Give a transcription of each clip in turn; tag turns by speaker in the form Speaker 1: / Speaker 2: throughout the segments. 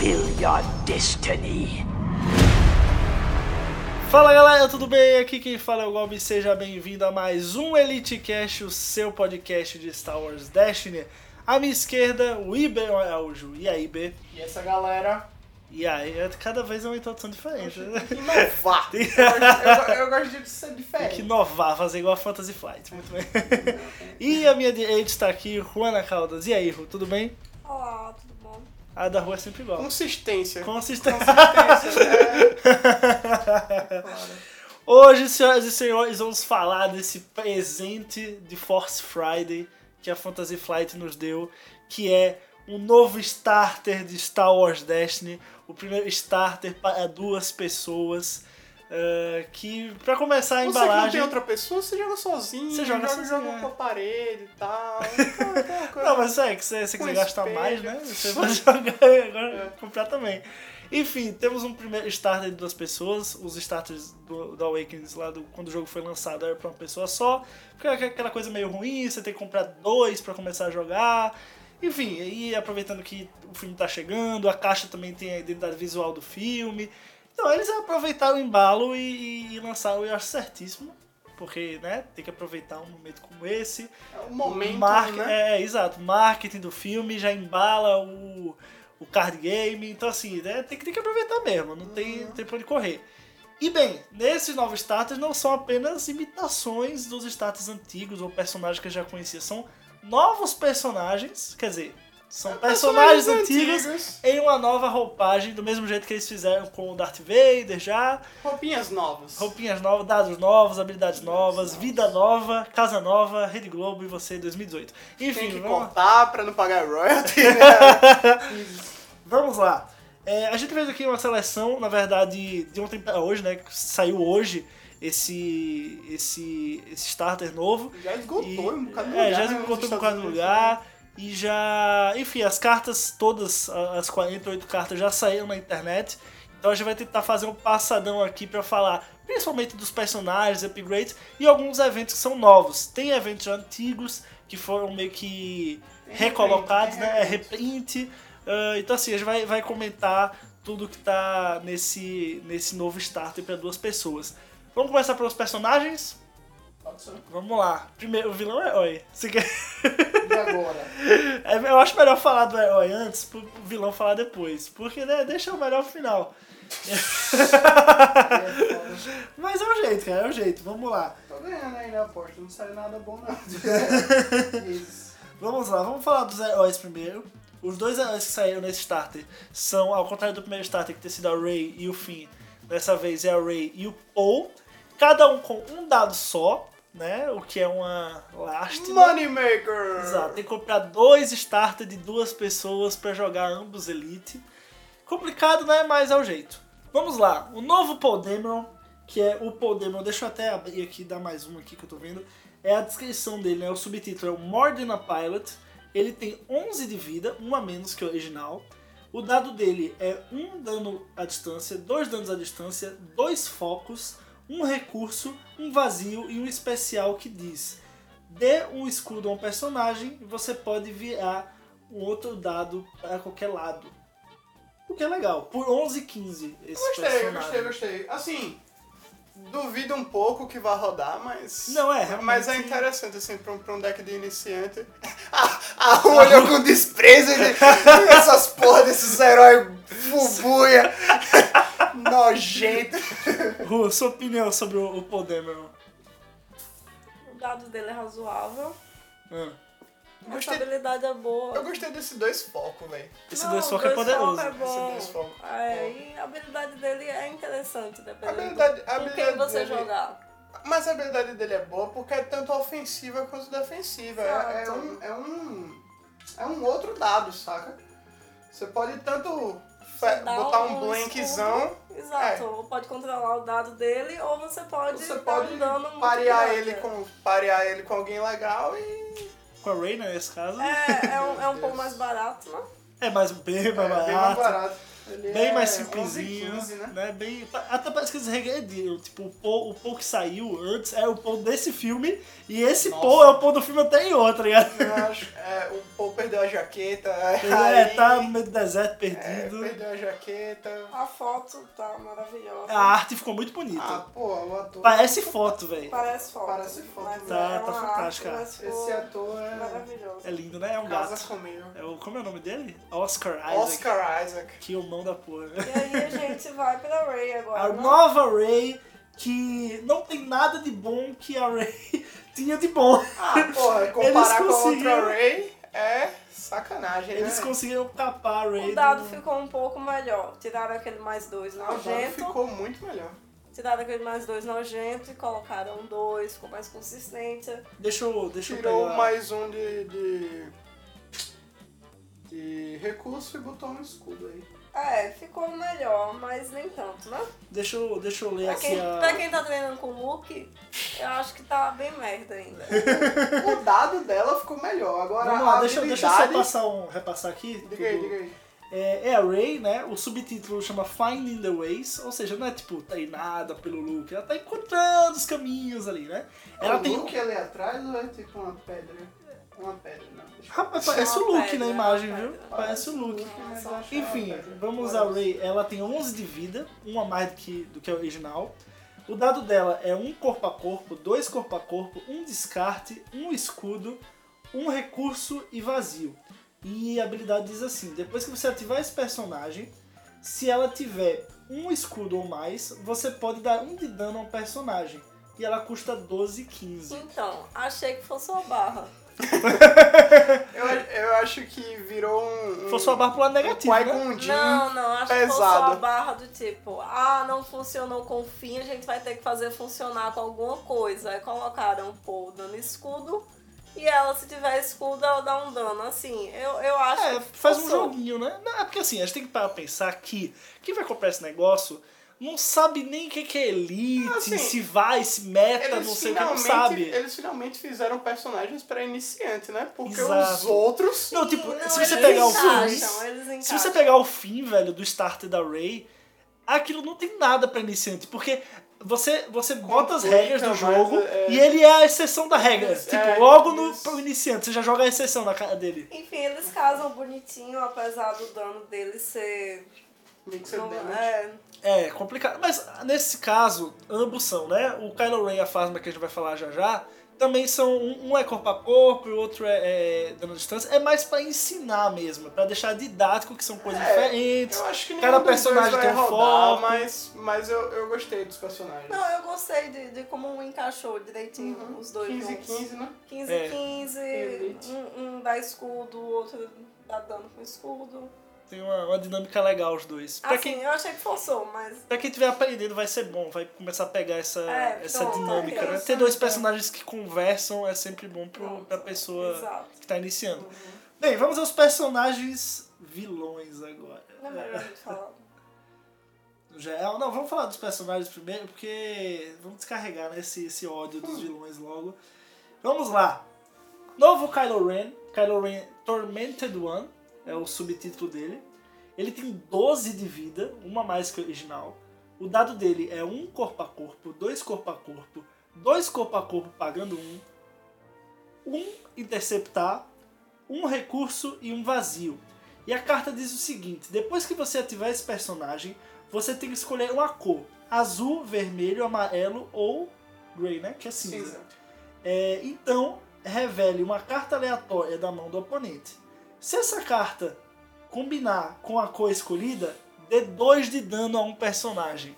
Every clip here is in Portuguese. Speaker 1: your destiny.
Speaker 2: Fala galera, tudo bem? Aqui quem fala é o Gob, seja bem-vindo a mais um Elite Cast, o seu podcast de Star Wars Destiny. À minha esquerda, o Iber Araújo. E aí, B?
Speaker 3: E essa galera.
Speaker 2: E aí, é- cada vez é uma introdução diferente.
Speaker 4: é
Speaker 2: né?
Speaker 3: Tem que inovar. eu, gosto, eu, eu gosto de ser
Speaker 2: Tem
Speaker 3: diferente.
Speaker 2: que inovar, fazer igual a Fantasy Flight. Muito bem. e a minha direita está aqui, Juana Caldas. E aí, Ru, tudo bem?
Speaker 4: Olá, tudo bom?
Speaker 2: A da rua é sempre igual.
Speaker 3: Consistência.
Speaker 2: Consistência.
Speaker 3: Consistência. É.
Speaker 2: Hoje, senhoras e senhores, vamos falar desse presente de Force Friday que a Fantasy Flight nos deu, que é um novo starter de Star Wars Destiny, o primeiro starter para duas pessoas, eh, que para começar a
Speaker 3: é. Você que não
Speaker 2: embalagem...
Speaker 3: tem outra pessoa, você joga sozinho.
Speaker 2: Você joga sozinho, é.
Speaker 3: Joga com a parede e tal. Então, é uma coisa-
Speaker 2: Não, mas é que se você
Speaker 3: Com
Speaker 2: quiser gastar
Speaker 3: espelho.
Speaker 2: mais, né? Você vai jogar e agora comprar também. Enfim, temos um primeiro starter de duas pessoas. Os starters do, do Awakens lá, do, quando o jogo foi lançado, era pra uma pessoa só. Porque é aquela coisa meio ruim, você tem que comprar dois pra começar a jogar. Enfim, e aproveitando que o filme tá chegando, a caixa também tem a identidade visual do filme. Então, eles aproveitaram o embalo e, e- e lançaram, eu acho certíssimo. Porque, né, tem que aproveitar um momento como esse.
Speaker 3: É um momento,
Speaker 2: Marque-
Speaker 3: né?
Speaker 2: É, exato. Marketing do filme já embala o, o card game. Então, assim, né, tem, que, tem que aproveitar mesmo. Não tem, não tem pra onde correr. E bem, nesses novos status não são apenas imitações dos status antigos ou personagens que eu já conhecia. São novos personagens. Quer dizer, são personagens, antigos em uma nova roupagem, do mesmo jeito que eles fizeram com o Darth Vader já.
Speaker 3: Roupinhas novas.
Speaker 2: Roupinhas novas, dados novos, habilidades novas, vida nova, casa nova, Rede Globo e você 2018.
Speaker 3: Tem
Speaker 2: Enfim,
Speaker 3: que
Speaker 2: vamos,
Speaker 3: cortar pra não pagar royalty, né?
Speaker 2: vamos lá. É, a gente fez aqui uma seleção, na verdade, de ontem pra hoje, né? que Saiu hoje esse, esse, esse starter novo.
Speaker 3: Já esgotou
Speaker 2: E-
Speaker 3: em um bocado de
Speaker 2: é,
Speaker 3: lugar.
Speaker 2: já
Speaker 3: né, nos
Speaker 2: esgotou um
Speaker 3: Estados
Speaker 2: bocado de
Speaker 3: Unidos, né?
Speaker 2: lugar. E já. Enfim, as cartas, todas a- as 48 cartas já saíram na internet. Então a gente vai tentar fazer um passadão aqui pra falar, principalmente dos personagens, upgrades e alguns eventos que são novos. Tem eventos antigos que foram meio que
Speaker 3: Tem
Speaker 2: recolocados,
Speaker 3: reprint,
Speaker 2: né? É
Speaker 3: tem
Speaker 2: reprint. Ah, então assim, a gente vai, vai comentar tudo que tá nesse, nesse novo starter pra duas pessoas. Vamos começar pelos personagens?
Speaker 3: Pode ser.
Speaker 2: Vamos lá. Primeiro, o vilão é herói. Você quer...
Speaker 3: E agora?
Speaker 2: É, Eu acho melhor falar do herói antes pro pro vilão falar depois. Porque, né, deixa o melhor pro final. Mas é o jeito, cara, é o jeito. Vamos lá.
Speaker 3: Tô ganhando aí na aposta, não saiu nada bom não. Isso.
Speaker 2: Vamos lá, vamos falar dos heróis primeiro. Os dois heróis que saíram nesse starter são, ao contrário do primeiro starter, que ter sido a Ray e o Finn, dessa vez é a Ray e o Paul. Cada um com um dado só, né? O que é uma né? lástima.
Speaker 3: Moneymaker!
Speaker 2: Exato, tem que comprar dois starters de duas pessoas pra jogar ambos Elite. Complicado, né? Mas é o jeito. Vamos lá, o novo Paul Dameron, que é o Paul Dameron, deixa eu até abrir aqui, dar mais um aqui que eu tô vendo. É a descrição dele, né? O subtítulo é o More Than a Pilot. Ele tem 11 de vida, um a menos que o original. O dado dele é um dano à distância, dois danos à distância, dois focos, um recurso, um vazio e um especial que diz: dê um escudo a um personagem e você pode virar um outro dado para qualquer lado. O que é legal. Por 11 15 esse
Speaker 3: Gostei,
Speaker 2: personagem.
Speaker 3: gostei, gostei. Assim, duvido um pouco que vai rodar, mas...
Speaker 2: Não, é,
Speaker 3: Mas é
Speaker 2: realmente-
Speaker 3: interessante, assim, pra um, pra um deck de iniciante. A, a Ru olhou com desprezo de, essas porra desses heróis fubuia, nojento.
Speaker 2: Ru, sua opinião sobre o, o Paul Dameron?
Speaker 4: O dado dele é razoável.
Speaker 2: Hum.
Speaker 4: A
Speaker 3: Gostei.
Speaker 4: estabilidade é boa.
Speaker 3: Eu gostei desse dois foco, velho.
Speaker 2: Esse
Speaker 4: Não,
Speaker 2: dois foco é
Speaker 4: dois foco
Speaker 2: poderoso.
Speaker 4: É bom.
Speaker 3: Esse dois foco.
Speaker 4: É, e a habilidade dele é interessante,
Speaker 3: A
Speaker 4: dependendo
Speaker 3: habilidade, a
Speaker 4: com quem
Speaker 3: habilidade
Speaker 4: você
Speaker 3: dele-
Speaker 4: jogar.
Speaker 3: Mas a habilidade dele é boa porque é tanto ofensiva quanto defensiva. É, é
Speaker 4: Exato.
Speaker 3: um, é um. É um outro dado, saca? Você pode tanto fe-
Speaker 4: dá
Speaker 3: botar
Speaker 4: um
Speaker 3: um blankzão, É.
Speaker 4: Exato, ou pode controlar o dado dele, ou você pode
Speaker 3: você
Speaker 4: dar
Speaker 3: pode
Speaker 4: um dano muito
Speaker 3: parear
Speaker 4: grande. é.
Speaker 3: ele, com, parear ele com alguém legal e.
Speaker 2: Com a Rey, né, nesse caso. É,
Speaker 4: É, é um, é um pouco
Speaker 3: Deus.
Speaker 4: mais barato, né?
Speaker 2: mais bem mais
Speaker 3: é,
Speaker 2: barato.
Speaker 3: bem mais barato. Ele
Speaker 2: Bem
Speaker 3: é
Speaker 2: mais
Speaker 3: 11,
Speaker 2: simplesinho,
Speaker 3: 15, né?
Speaker 2: né? Bem, até parece que eles regrediram. Tipo, o Paul, o Paul que saiu antes era o Paul desse filme, e esse
Speaker 3: Nossa.
Speaker 2: Paul é o Paul do filme anterior, tá ligado?
Speaker 3: Eu acho, é, é, o Paul perdeu a jaqueta.
Speaker 2: É,
Speaker 3: aí-
Speaker 2: tá no meio do deserto
Speaker 3: É,
Speaker 2: perdido.
Speaker 3: perdeu a jaqueta.
Speaker 4: A foto tá maravilhosa.
Speaker 2: a arte ficou muito
Speaker 3: Ah,
Speaker 2: bonita.
Speaker 3: pô, o ator.
Speaker 2: Parece foto, velho.
Speaker 4: Parece foto.
Speaker 3: Parece foto,
Speaker 4: Mas
Speaker 3: né?
Speaker 2: Tá,
Speaker 4: é uma
Speaker 2: tá fantástica.
Speaker 4: Arte, mas ficou
Speaker 3: Esse ator é.
Speaker 4: maravilhoso.
Speaker 2: É lindo, né? É um
Speaker 3: Casa
Speaker 2: gato.
Speaker 3: comigo.
Speaker 2: É o, como é o nome dele? Oscar Isaac.
Speaker 3: Oscar Isaac.
Speaker 2: Que é o mão da porra.
Speaker 4: E aí a gente vai pra Ray
Speaker 3: É,
Speaker 4: agora.
Speaker 2: A
Speaker 4: né?
Speaker 2: nova Ray que não tem nada de bom que a Ray tinha de bom.
Speaker 3: Ah, porra, comparar com a outra
Speaker 2: conseguiram-
Speaker 3: Ray é sacanagem,
Speaker 2: Eles
Speaker 3: né?
Speaker 2: conseguiram capar a Ray.
Speaker 4: O dado ficou um pouco melhor. Tiraram aquele mais dois
Speaker 3: O dado
Speaker 4: nojento.
Speaker 3: ficou muito melhor.
Speaker 4: Tiraram aquele mais dois nojento e colocaram um dois, ficou mais consistente.
Speaker 2: Deixa eu, deixa eu
Speaker 3: Tirou
Speaker 2: pegar.
Speaker 3: mais um de, de. de recurso e botou um escudo aí.
Speaker 4: É, ficou melhor, mas nem tanto, né?
Speaker 2: Deixa eu, deixa eu ler
Speaker 4: Pra
Speaker 3: assim
Speaker 2: aqui
Speaker 4: quem, pra
Speaker 2: a.
Speaker 4: quem tá treinando com o Luke, eu acho que tá bem merda ainda.
Speaker 3: O dado dela ficou melhor. Agora
Speaker 2: Vamos lá,
Speaker 3: a
Speaker 2: deixa, eu- deixa eu só
Speaker 3: habilidade-
Speaker 2: passar um, repassar aqui.
Speaker 3: Diga aí,
Speaker 2: tudo.
Speaker 3: diga aí.
Speaker 2: É, é a Ray, né? O subtítulo chama Finding the Ways, ou seja, não é tipo treinada pelo Luke, ela tá encontrando os caminhos ali, né? Ela
Speaker 3: o
Speaker 2: tem.
Speaker 3: look ali atrás ou é tipo uma pedra? Uma pedra, não.
Speaker 2: Rapaz,
Speaker 4: É
Speaker 2: parece
Speaker 4: uma
Speaker 2: o Luke
Speaker 4: pedra,
Speaker 2: na
Speaker 4: é uma
Speaker 2: imagem,
Speaker 4: pedra.
Speaker 2: viu? Parece o Luke.
Speaker 3: mas eu acho que é uma
Speaker 2: Enfim,
Speaker 3: pedra.
Speaker 2: vamos a
Speaker 3: Parece.
Speaker 2: Ray. Ela tem 11 de vida, um a mais do que, do que a original. O dado dela é um corpo a corpo, dois corpo a corpo, um descarte, um escudo, um recurso e vazio. E a habilidade diz assim: depois que você ativar esse personagem, se ela tiver um escudo ou mais, você pode dar um de dano ao personagem. E ela custa 12, 15.
Speaker 4: Então, achei que fosse uma barra.
Speaker 3: Eu, eu acho que virou um. um
Speaker 2: Fosse uma barra pro lado negativo. né?
Speaker 3: Qui Gon Jinn.
Speaker 4: Não, não, acho que fosse
Speaker 3: pesada.
Speaker 4: uma barra do tipo, ah, não funcionou com o fim, a gente vai ter que fazer funcionar com alguma coisa. Aí colocaram pô dando escudo. E ela, se tiver escudo, ela dá um dano. Assim, eu, eu acho
Speaker 2: É,
Speaker 4: que
Speaker 2: faz um
Speaker 4: funcionou.
Speaker 2: joguinho, né? Não, é porque assim, a gente tem que parar pra pensar que quem vai comprar esse negócio não sabe nem o que, que é elite,
Speaker 3: Assim,
Speaker 2: se vai, se meta,
Speaker 3: Eles
Speaker 2: não sei o que, não
Speaker 3: finalmente-
Speaker 2: sabe.
Speaker 3: Eles finalmente fizeram personagens pra iniciante, né? Porque os
Speaker 2: Exato.
Speaker 3: outros.
Speaker 2: Não, tipo,
Speaker 4: Não,
Speaker 2: se você
Speaker 4: eles
Speaker 2: pegar o
Speaker 4: encaixam,
Speaker 2: fim, se
Speaker 4: eles
Speaker 2: você
Speaker 4: encaixam.
Speaker 2: pegar o fim, velho, do start da Ray, aquilo não tem nada pra iniciante, porque você, você bota as
Speaker 3: Complica,
Speaker 2: regras do
Speaker 3: mas
Speaker 2: jogo
Speaker 3: é-
Speaker 2: e ele é a exceção da regra.
Speaker 3: Isso,
Speaker 2: tipo,
Speaker 3: é,
Speaker 2: logo no,
Speaker 3: isso.
Speaker 2: pro iniciante, você já joga a exceção na cara dele.
Speaker 4: Enfim, eles casam bonitinho, apesar do dano dele ser.
Speaker 3: Mixed
Speaker 4: não-
Speaker 3: Damage.
Speaker 4: é,
Speaker 2: É, complicado. Mas nesse caso, ambos são, né? O Kylo Ren e a Phasma, que a gente vai falar já já, também são. Um, um é corpo a corpo e o outro é, é dando distância. É mais pra ensinar mesmo, é pra deixar didático, que são coisas
Speaker 3: É,
Speaker 2: diferentes.
Speaker 3: Eu acho que nenhum
Speaker 2: Cada
Speaker 3: dos dois
Speaker 2: personagem
Speaker 3: vai
Speaker 2: tem um
Speaker 3: rodar,
Speaker 2: foco.
Speaker 3: Mas, mas eu, eu gostei dos personagens.
Speaker 4: Não, eu gostei de, de como um encaixou direitinho
Speaker 2: Uhum.
Speaker 4: os dois
Speaker 3: 15
Speaker 4: juntos.
Speaker 3: 15, né?
Speaker 4: 15,
Speaker 2: É.
Speaker 4: 15,
Speaker 3: Elite.
Speaker 4: um, um dá escudo, o outro dá dano com escudo.
Speaker 2: Tem uma, uma dinâmica legal os dois. Pra,
Speaker 4: assim,
Speaker 2: quem,
Speaker 4: eu achei que forçou, mas
Speaker 2: pra quem tiver aprendendo, vai ser bom, vai começar a pegar essa,
Speaker 4: É,
Speaker 2: essa
Speaker 4: pronto,
Speaker 2: dinâmica,
Speaker 4: é
Speaker 2: né?
Speaker 4: isso,
Speaker 2: Ter dois
Speaker 4: é.
Speaker 2: personagens que conversam é sempre bom pro,
Speaker 4: Pronto,
Speaker 2: pra pessoa
Speaker 4: exato. Uhum.
Speaker 2: que tá iniciando. Bem, vamos aos personagens vilões agora.
Speaker 4: Não é melhor a gente falar.
Speaker 2: No geral, não, vamos falar dos personagens primeiro, porque vamos descarregar né, esse, esse ódio dos vilões logo. Vamos lá. Novo Kylo Ren, Kylo Ren Tormented One, é o subtítulo dele. Ele tem 12 de vida, uma a mais que o original. O dado dele é um corpo a corpo, dois corpo a corpo, dois corpo a corpo pagando um, um interceptar, um recurso e um vazio. E a carta diz o seguinte: depois que você ativar esse personagem, você tem que escolher uma cor: azul, vermelho, amarelo ou grey, né? Que é cinza.
Speaker 3: Cinza.
Speaker 2: É, então, revele uma carta aleatória da mão do oponente. Se essa carta combinar com a cor escolhida, dê 2 de dano a um personagem.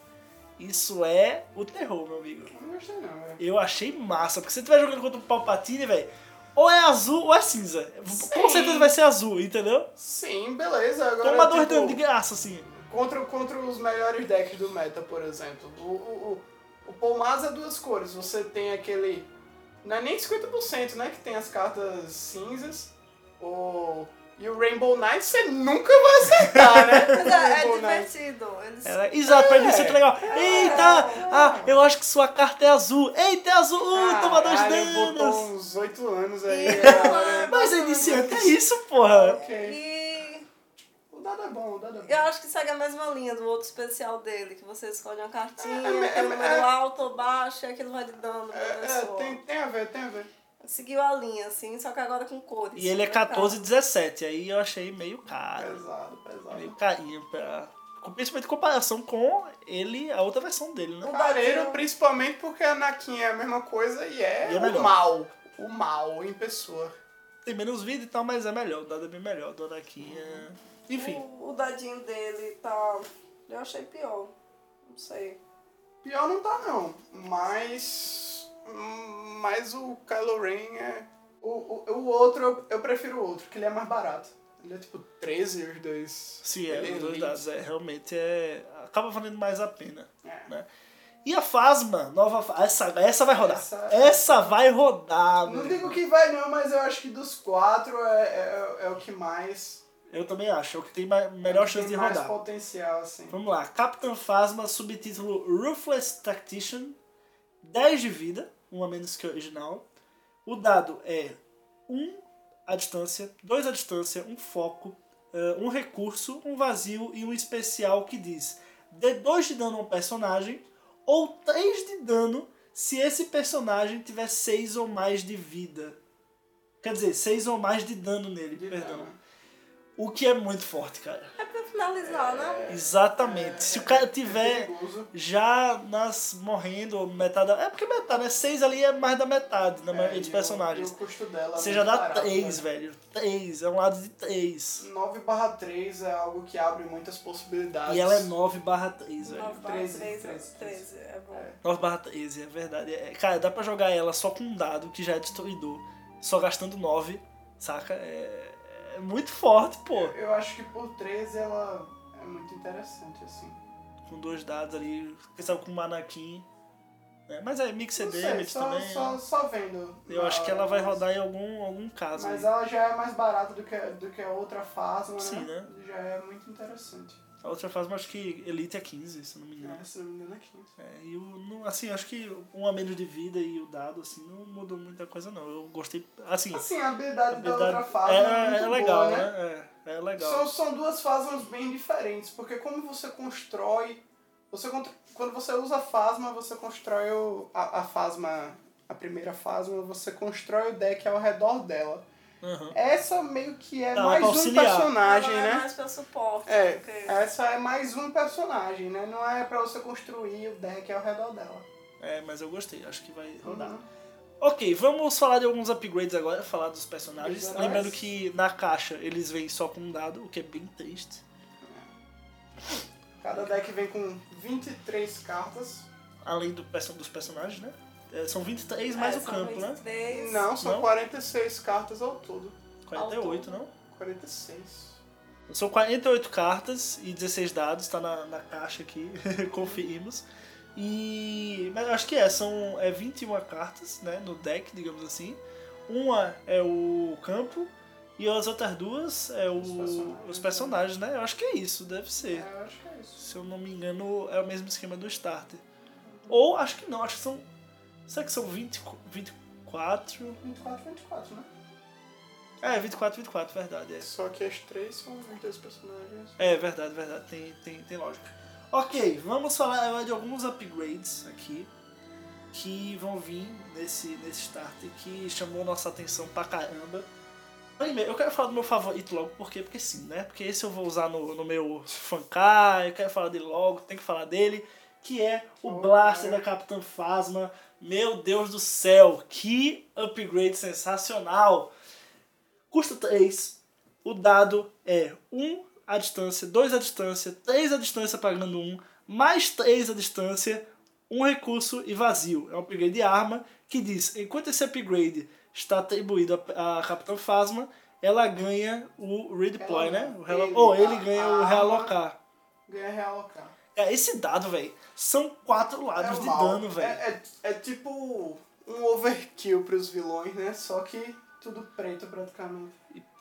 Speaker 2: Isso é o terror, meu amigo.
Speaker 3: Eu Não gostei, não, velho.
Speaker 2: Eu achei massa, porque se você estiver jogando contra o Palpatine, velho, ou é azul ou é cinza. Com
Speaker 3: Sim.
Speaker 2: certeza vai ser azul, entendeu?
Speaker 3: Sim, beleza. Agora,
Speaker 2: Toma dois
Speaker 3: tipo,
Speaker 2: dano de graça, assim.
Speaker 3: contra, contra os melhores decks do meta, por exemplo. O, o, o, o Pomaz é duas cores. Você tem aquele. Não é nem 50%, né? Que tem as cartas cinzas. O, e o Rainbow Knight você nunca vai acertar, né?
Speaker 4: Mas é, é
Speaker 3: Rainbow Knight.
Speaker 4: divertido. Eles...
Speaker 2: Ela- exato, pra ele
Speaker 3: É.
Speaker 2: ser legal. Eita! Ah, eu acho que sua carta é azul. Eita, é azul! Uh, toma dois
Speaker 3: Caralho, Botou
Speaker 2: danos!
Speaker 3: uns 8 anos aí.
Speaker 4: E-
Speaker 3: galera.
Speaker 2: Mas é iniciante, é isso, porra!
Speaker 3: ok.
Speaker 4: E
Speaker 3: O dado é bom, o dado é bom.
Speaker 4: eu acho que segue a mesma linha do outro especial dele, que você escolhe uma cartinha,
Speaker 3: É, é,
Speaker 4: tem um número
Speaker 3: é.
Speaker 4: alto ou baixo, e aquilo vai de dano pra
Speaker 3: É, é,
Speaker 4: pessoa.
Speaker 3: tem, tem a ver, tem a ver.
Speaker 4: Seguiu a linha, assim, só que agora com cores.
Speaker 2: E ele é 14 e 17, aí eu achei meio caro.
Speaker 3: Pesado, pesado.
Speaker 2: Meio carinho pra. Principalmente em comparação com ele, a outra versão dele, né?
Speaker 3: Careiro, principalmente porque a Nakin é a mesma coisa e é,
Speaker 2: E é melhor.
Speaker 3: o mal. O mal em pessoa.
Speaker 2: Tem menos vida e tal, mas é melhor. O dado é bem melhor. O Donaquinha. Enfim.
Speaker 4: O, o dadinho dele tá. Eu achei pior. Não sei.
Speaker 3: Pior não tá, não. Mas. hum, Mas o Kylo Ren é. O, o, o outro, eu- eu prefiro o outro, que ele é mais barato. Ele é tipo 13 os dois.
Speaker 2: Se é,
Speaker 3: Ele
Speaker 2: os dois
Speaker 3: lindo.
Speaker 2: dados. É, realmente é. Acaba valendo mais a pena.
Speaker 3: É.
Speaker 2: Né? E a Fasma, nova. fa- Essa, essa vai rodar. Essa,
Speaker 3: Essa-
Speaker 2: vai rodar,
Speaker 3: Não
Speaker 2: meu.
Speaker 3: digo que vai, não, mas eu acho que dos quatro é, é, é o que mais.
Speaker 2: Eu também acho. É o que tem mais, melhor chance de
Speaker 3: tem mais
Speaker 2: rodar.
Speaker 3: potencial, assim.
Speaker 2: Vamos lá. Capitão Phasma, subtítulo Ruthless Tactician. 10 de vida, uma menos que o original. O dado é 1 à distância, 2 à distância, um foco, eh, um recurso, um vazio e um especial que diz dê 2 de dano a um personagem ou 3 de dano se esse personagem tiver 6 ou mais de vida. Quer dizer, 6 ou mais de dano nele,
Speaker 3: De né?
Speaker 2: perdão.
Speaker 3: dano.
Speaker 2: O que é muito forte, cara.
Speaker 4: É pra finalizar, né?
Speaker 2: Exatamente. Se o cara tiver
Speaker 3: Perigoso.
Speaker 2: já nas morrendo, ou metade. É porque metade, né? Seis ali é mais da metade, na
Speaker 3: É,
Speaker 2: maioria
Speaker 3: e
Speaker 2: dos
Speaker 3: o-
Speaker 2: personagens.
Speaker 3: e o custo dela é
Speaker 2: Você
Speaker 3: muito
Speaker 2: já dá
Speaker 3: barato,
Speaker 2: três,
Speaker 3: né?
Speaker 2: velho. Três, é um lado de três.
Speaker 3: 9 barra 3 é algo que abre muitas possibilidades.
Speaker 2: E ela é 9 barra 3, velho.
Speaker 4: 9 13,
Speaker 3: 13,
Speaker 4: 13,
Speaker 3: 13,
Speaker 4: 13, é bom.
Speaker 3: É.
Speaker 2: 9 barra 13, é verdade. É, cara, dá pra jogar ela só com um dado que já é destruidor. Só gastando 9, saca? É, é muito forte, pô.
Speaker 3: Eu acho que por 13 ela é muito interessante, assim.
Speaker 2: Com dois dados ali, quem sabe com o Manakin. né? mas é mix
Speaker 3: Não
Speaker 2: CD,
Speaker 3: sei,
Speaker 2: mix
Speaker 3: só,
Speaker 2: também. né?
Speaker 3: só, só vendo.
Speaker 2: Eu
Speaker 3: na
Speaker 2: acho que
Speaker 3: hora,
Speaker 2: ela vai
Speaker 3: mas-
Speaker 2: rodar em algum, algum caso.
Speaker 3: Mas
Speaker 2: aí.
Speaker 3: ela já é mais barata do que, do que a outra fase, né?
Speaker 2: Sim, né?
Speaker 3: Já é muito interessante.
Speaker 2: A outra fase, eu acho que Elite é 15, se eu não me engano.
Speaker 3: É, se não me engano, é 15.
Speaker 2: É, e o, não, assim, acho que um a menos de vida e o dado, assim, não mudou muita coisa, não. Eu gostei, assim...
Speaker 3: Assim, a
Speaker 2: a
Speaker 3: habilidade, da outra
Speaker 2: habilidade-
Speaker 3: fase é, muito boa,
Speaker 2: legal,
Speaker 3: né?
Speaker 2: É, é legal.
Speaker 3: São, são duas fasmas bem diferentes, porque como você constrói. Você, contr- quando você usa a fasma, você constrói o, a, a fasma. A primeira fasma, você constrói o deck ao redor dela.
Speaker 2: Aham.
Speaker 3: Essa meio que é
Speaker 2: Ela é
Speaker 3: mais
Speaker 2: pra
Speaker 3: um
Speaker 2: auxiliar.
Speaker 3: personagem,
Speaker 4: Ela É
Speaker 3: né?
Speaker 4: mais pra suporte.
Speaker 3: É,
Speaker 4: porque-
Speaker 3: essa é mais um personagem, né? Não é pra você construir o deck ao redor dela.
Speaker 2: É, mas eu gostei, acho que vai rodar.
Speaker 3: Uhum.
Speaker 2: Ok, vamos falar de alguns upgrades agora, falar dos personagens.
Speaker 3: Personagens.
Speaker 2: Lembrando que na caixa eles vêm só com um dado, o que é bem triste.
Speaker 3: Cada deck vem com 23 cartas.
Speaker 2: Além do, perso- dos personagens, né? É, são 23 mais
Speaker 4: É,
Speaker 2: o
Speaker 4: são
Speaker 2: campo, né?
Speaker 4: 23.
Speaker 3: Não, são
Speaker 2: Não?
Speaker 3: 46 cartas ao todo.
Speaker 2: 48, não?
Speaker 3: 46.
Speaker 2: São 48 cartas e 16 dados, tá na, na caixa aqui, conferimos. E. Mas acho que é, são é 21 cartas, né? No deck, digamos assim. Uma é o campo e as outras duas é o,
Speaker 3: Os
Speaker 2: os,
Speaker 3: personagens,
Speaker 2: personagens, né? Eu acho que é isso, deve ser.
Speaker 3: É, eu acho que é isso.
Speaker 2: Se eu não me engano, é o mesmo esquema do starter. Ou acho que não, acho que são. Será que são 20, 24?
Speaker 3: 24, 24, né?
Speaker 2: É, 24, 24, verdade. É.
Speaker 3: Só que as três são os dois personagens.
Speaker 2: É verdade, verdade, tem, tem, tem lógica. Ok, vamos falar agora de alguns upgrades aqui que vão vir nesse, nesse starter que chamou nossa atenção pra caramba. Primeiro, eu quero falar do meu favorito logo, por quê? Porque sim, né? Porque esse eu vou usar no, no meu fancar, eu quero falar dele logo, tem que falar dele, que é o
Speaker 3: Oh,
Speaker 2: Blaster
Speaker 3: cara.
Speaker 2: da Capitã Phasma. Meu Deus do céu, que upgrade sensacional! Custa 3, o dado é 1 à distância, 2 à distância, 3 à distância pagando 1, mais 3 à distância, um recurso e vazio. É um upgrade de arma que diz: enquanto esse upgrade está atribuído à à Capitã Phasma, ela ganha o redeploy,
Speaker 3: Ela-
Speaker 2: né? O relo-
Speaker 3: ele- ah.
Speaker 2: Ou ele
Speaker 3: a-
Speaker 2: ganha
Speaker 3: a
Speaker 2: o
Speaker 3: arma-
Speaker 2: realocar.
Speaker 3: Ganha realocar.
Speaker 2: É, esse dado, velho, são quatro lados
Speaker 3: o
Speaker 2: de
Speaker 3: É mal.
Speaker 2: dano, velho.
Speaker 3: É, é, é tipo um overkill pros vilões, né? Só que tudo preto praticamente.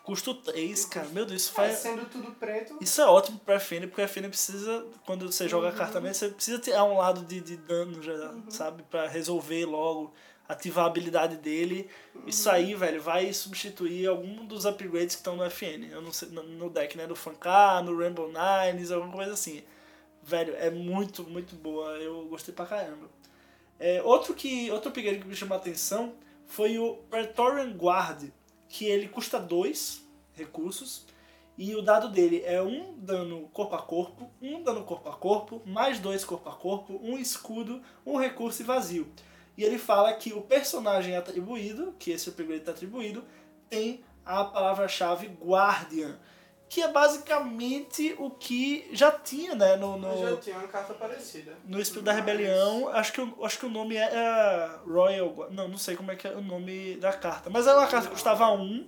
Speaker 2: Custo 3, cara. Meu Deus, isso
Speaker 3: É,
Speaker 2: faz.
Speaker 3: sendo tudo preto,
Speaker 2: Isso é ótimo pra FN, porque a FN precisa, quando você joga a carta mesmo, você precisa tirar um lado de, de dano já, sabe? Pra resolver logo, ativar a habilidade dele. Isso aí, velho, vai substituir algum dos upgrades que estão no FN. Eu não sei, no, no deck, né? Do Fankar, no Rainbow Nines, alguma coisa assim. Velho, é muito, muito boa. Eu gostei pra caramba. É, outro que outro upgrade que me chamou a atenção foi o Praetorian Guard, que ele custa 2 recursos. E o dado dele é um dano corpo a corpo, um dano corpo a corpo, mais dois corpo a corpo, um escudo, um recurso e vazio. E ele fala que o personagem atribuído, que esse upgrade está atribuído, tem a palavra-chave Guardian, que é basicamente o que já tinha né, no, no,
Speaker 3: Eu já tinha uma carta parecida.
Speaker 2: no Espírito da Rebelião, acho que, o- acho que o nome era Royal. Gua- Não, não sei como é que é o nome da carta. Mas era uma carta que custava um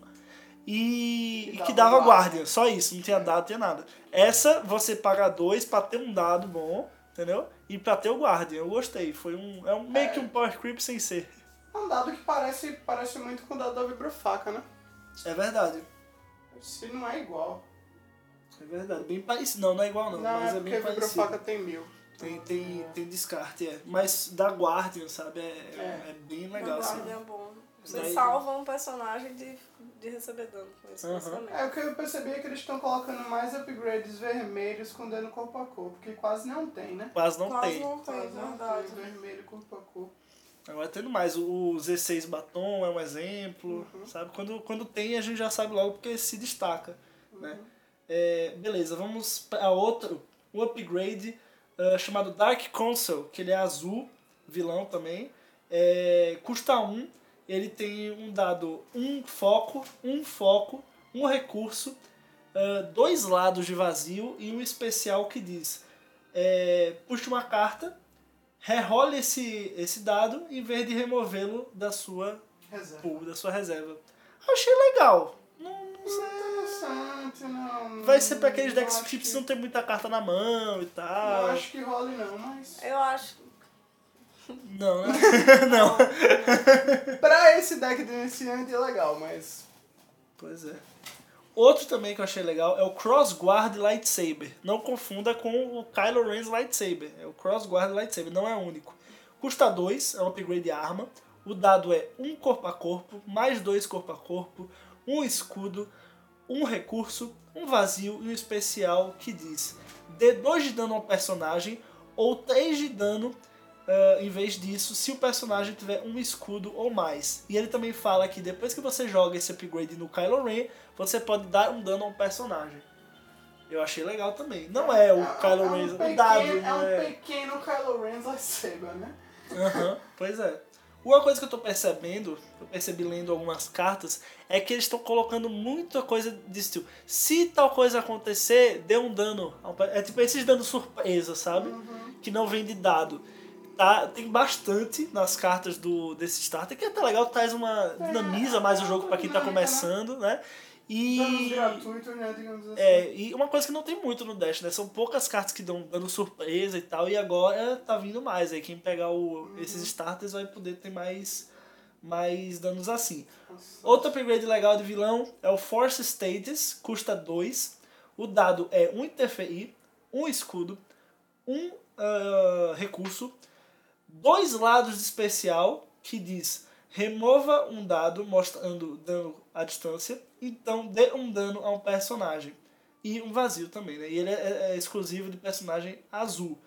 Speaker 2: e, e que dava um guardian. Só isso, não tinha dado, não tinha nada. Essa você paga dois pra ter um dado bom, entendeu? E pra ter o guardian. Eu gostei. Foi um. É um, meio que um power creep sem ser.
Speaker 3: É um dado que parece, parece muito com o dado da vibrofaca, né?
Speaker 2: É verdade.
Speaker 3: Se não é igual.
Speaker 2: É verdade. Bem parecido. Não, não é igual não,
Speaker 3: Não,
Speaker 2: mas
Speaker 3: é
Speaker 2: é
Speaker 3: porque
Speaker 2: bem
Speaker 3: a
Speaker 2: parecido.
Speaker 3: vibrofaca tem mil.
Speaker 2: Tem, tem, tem descarte, é. Mas da Guardian, sabe? É,
Speaker 3: É.
Speaker 2: é bem
Speaker 4: Não,
Speaker 2: legal, assim.
Speaker 4: é bom. Você
Speaker 2: Daí-
Speaker 4: salva um personagem de, de receber dano com isso,
Speaker 2: Aham.
Speaker 4: basicamente.
Speaker 3: É, o que eu percebi é que eles estão colocando mais upgrades vermelhos com dano corpo a corpo, que quase não tem, né?
Speaker 2: Quase não
Speaker 4: Quase
Speaker 2: tem.
Speaker 4: não tem,
Speaker 3: Quase não tá
Speaker 4: verdade.
Speaker 3: tem né? vermelho corpo a corpo.
Speaker 2: Agora tendo mais, o o Z6 Batom é um exemplo, sabe? Quando, quando tem, a gente já sabe logo porque se destaca, né? É, beleza, vamos para outro, o upgrade ah, chamado Dark Council, que ele é azul, vilão também. É, custa 1, um, ele tem um dado, um foco, um foco, um recurso, ah, dois lados de vazio e um especial que diz... é, puxa uma carta Rerole esse, esse dado em vez de removê-lo da sua
Speaker 3: Reserva.
Speaker 2: pool, da sua reserva. Achei legal. Não, não sei.
Speaker 3: Interessante, não.
Speaker 2: Vai ser pra aqueles decks
Speaker 3: acho
Speaker 2: que tipo,
Speaker 3: que-
Speaker 2: você não tem muita carta na mão e
Speaker 3: Não
Speaker 2: tal.
Speaker 3: acho que role não, mas.
Speaker 4: Eu acho.
Speaker 2: Não, né?
Speaker 4: Não.
Speaker 3: Pra esse deck do iniciante é legal, mas.
Speaker 2: Pois é. Outro também que eu achei legal é o Cross Guard Lightsaber. Não confunda com o Kylo Ren's Lightsaber. É o Cross Guard Lightsaber, não é único. Custa 2, é um upgrade de arma. O dado é um corpo a corpo, mais dois corpo a corpo, um escudo, um recurso, um vazio e um especial que diz: dê 2 de dano ao personagem ou 3 de dano ah, em vez disso, se o personagem tiver um escudo ou mais. E ele também fala que depois que você joga esse upgrade no Kylo Ren, você pode dar um dano a um personagem. Eu achei legal também. Não é o
Speaker 3: é,
Speaker 2: Kylo
Speaker 3: é um
Speaker 2: Ren, o
Speaker 3: pequeno-
Speaker 2: dado,
Speaker 3: É
Speaker 2: não
Speaker 3: um
Speaker 2: é.
Speaker 3: pequeno Kylo Ren lightsaber, né?
Speaker 2: Aham, pois é. Uma coisa que eu tô percebendo, eu percebi lendo algumas cartas, é que eles estão colocando muita coisa de estilo. Se tal coisa acontecer, dê um dano. ao pe- É tipo esses danos surpresa, sabe? Que não vem de dado. Tá, tem bastante nas cartas do desse starter, que é até legal, traz uma. dinamiza mais o jogo pra quem tá
Speaker 3: dinâmica, né?
Speaker 2: começando, né? E.
Speaker 3: Danos gratuitos, né? Digamos assim.
Speaker 2: É, e uma coisa que não tem muito no Dash, né? São poucas cartas que dão dando surpresa e tal, e agora tá vindo mais. Aí quem pegar o, esses starters vai poder ter mais, mais danos assim.
Speaker 3: Nossa.
Speaker 2: Outro upgrade legal de vilão é o Force Status, custa 2. O dado é um interferir, um escudo, um ah, recurso, dois lados de especial, que diz remova um dado mostrando dano à distância, então dê um dano a um personagem. E um vazio também, né? E ele é, é- é exclusivo de personagem azul.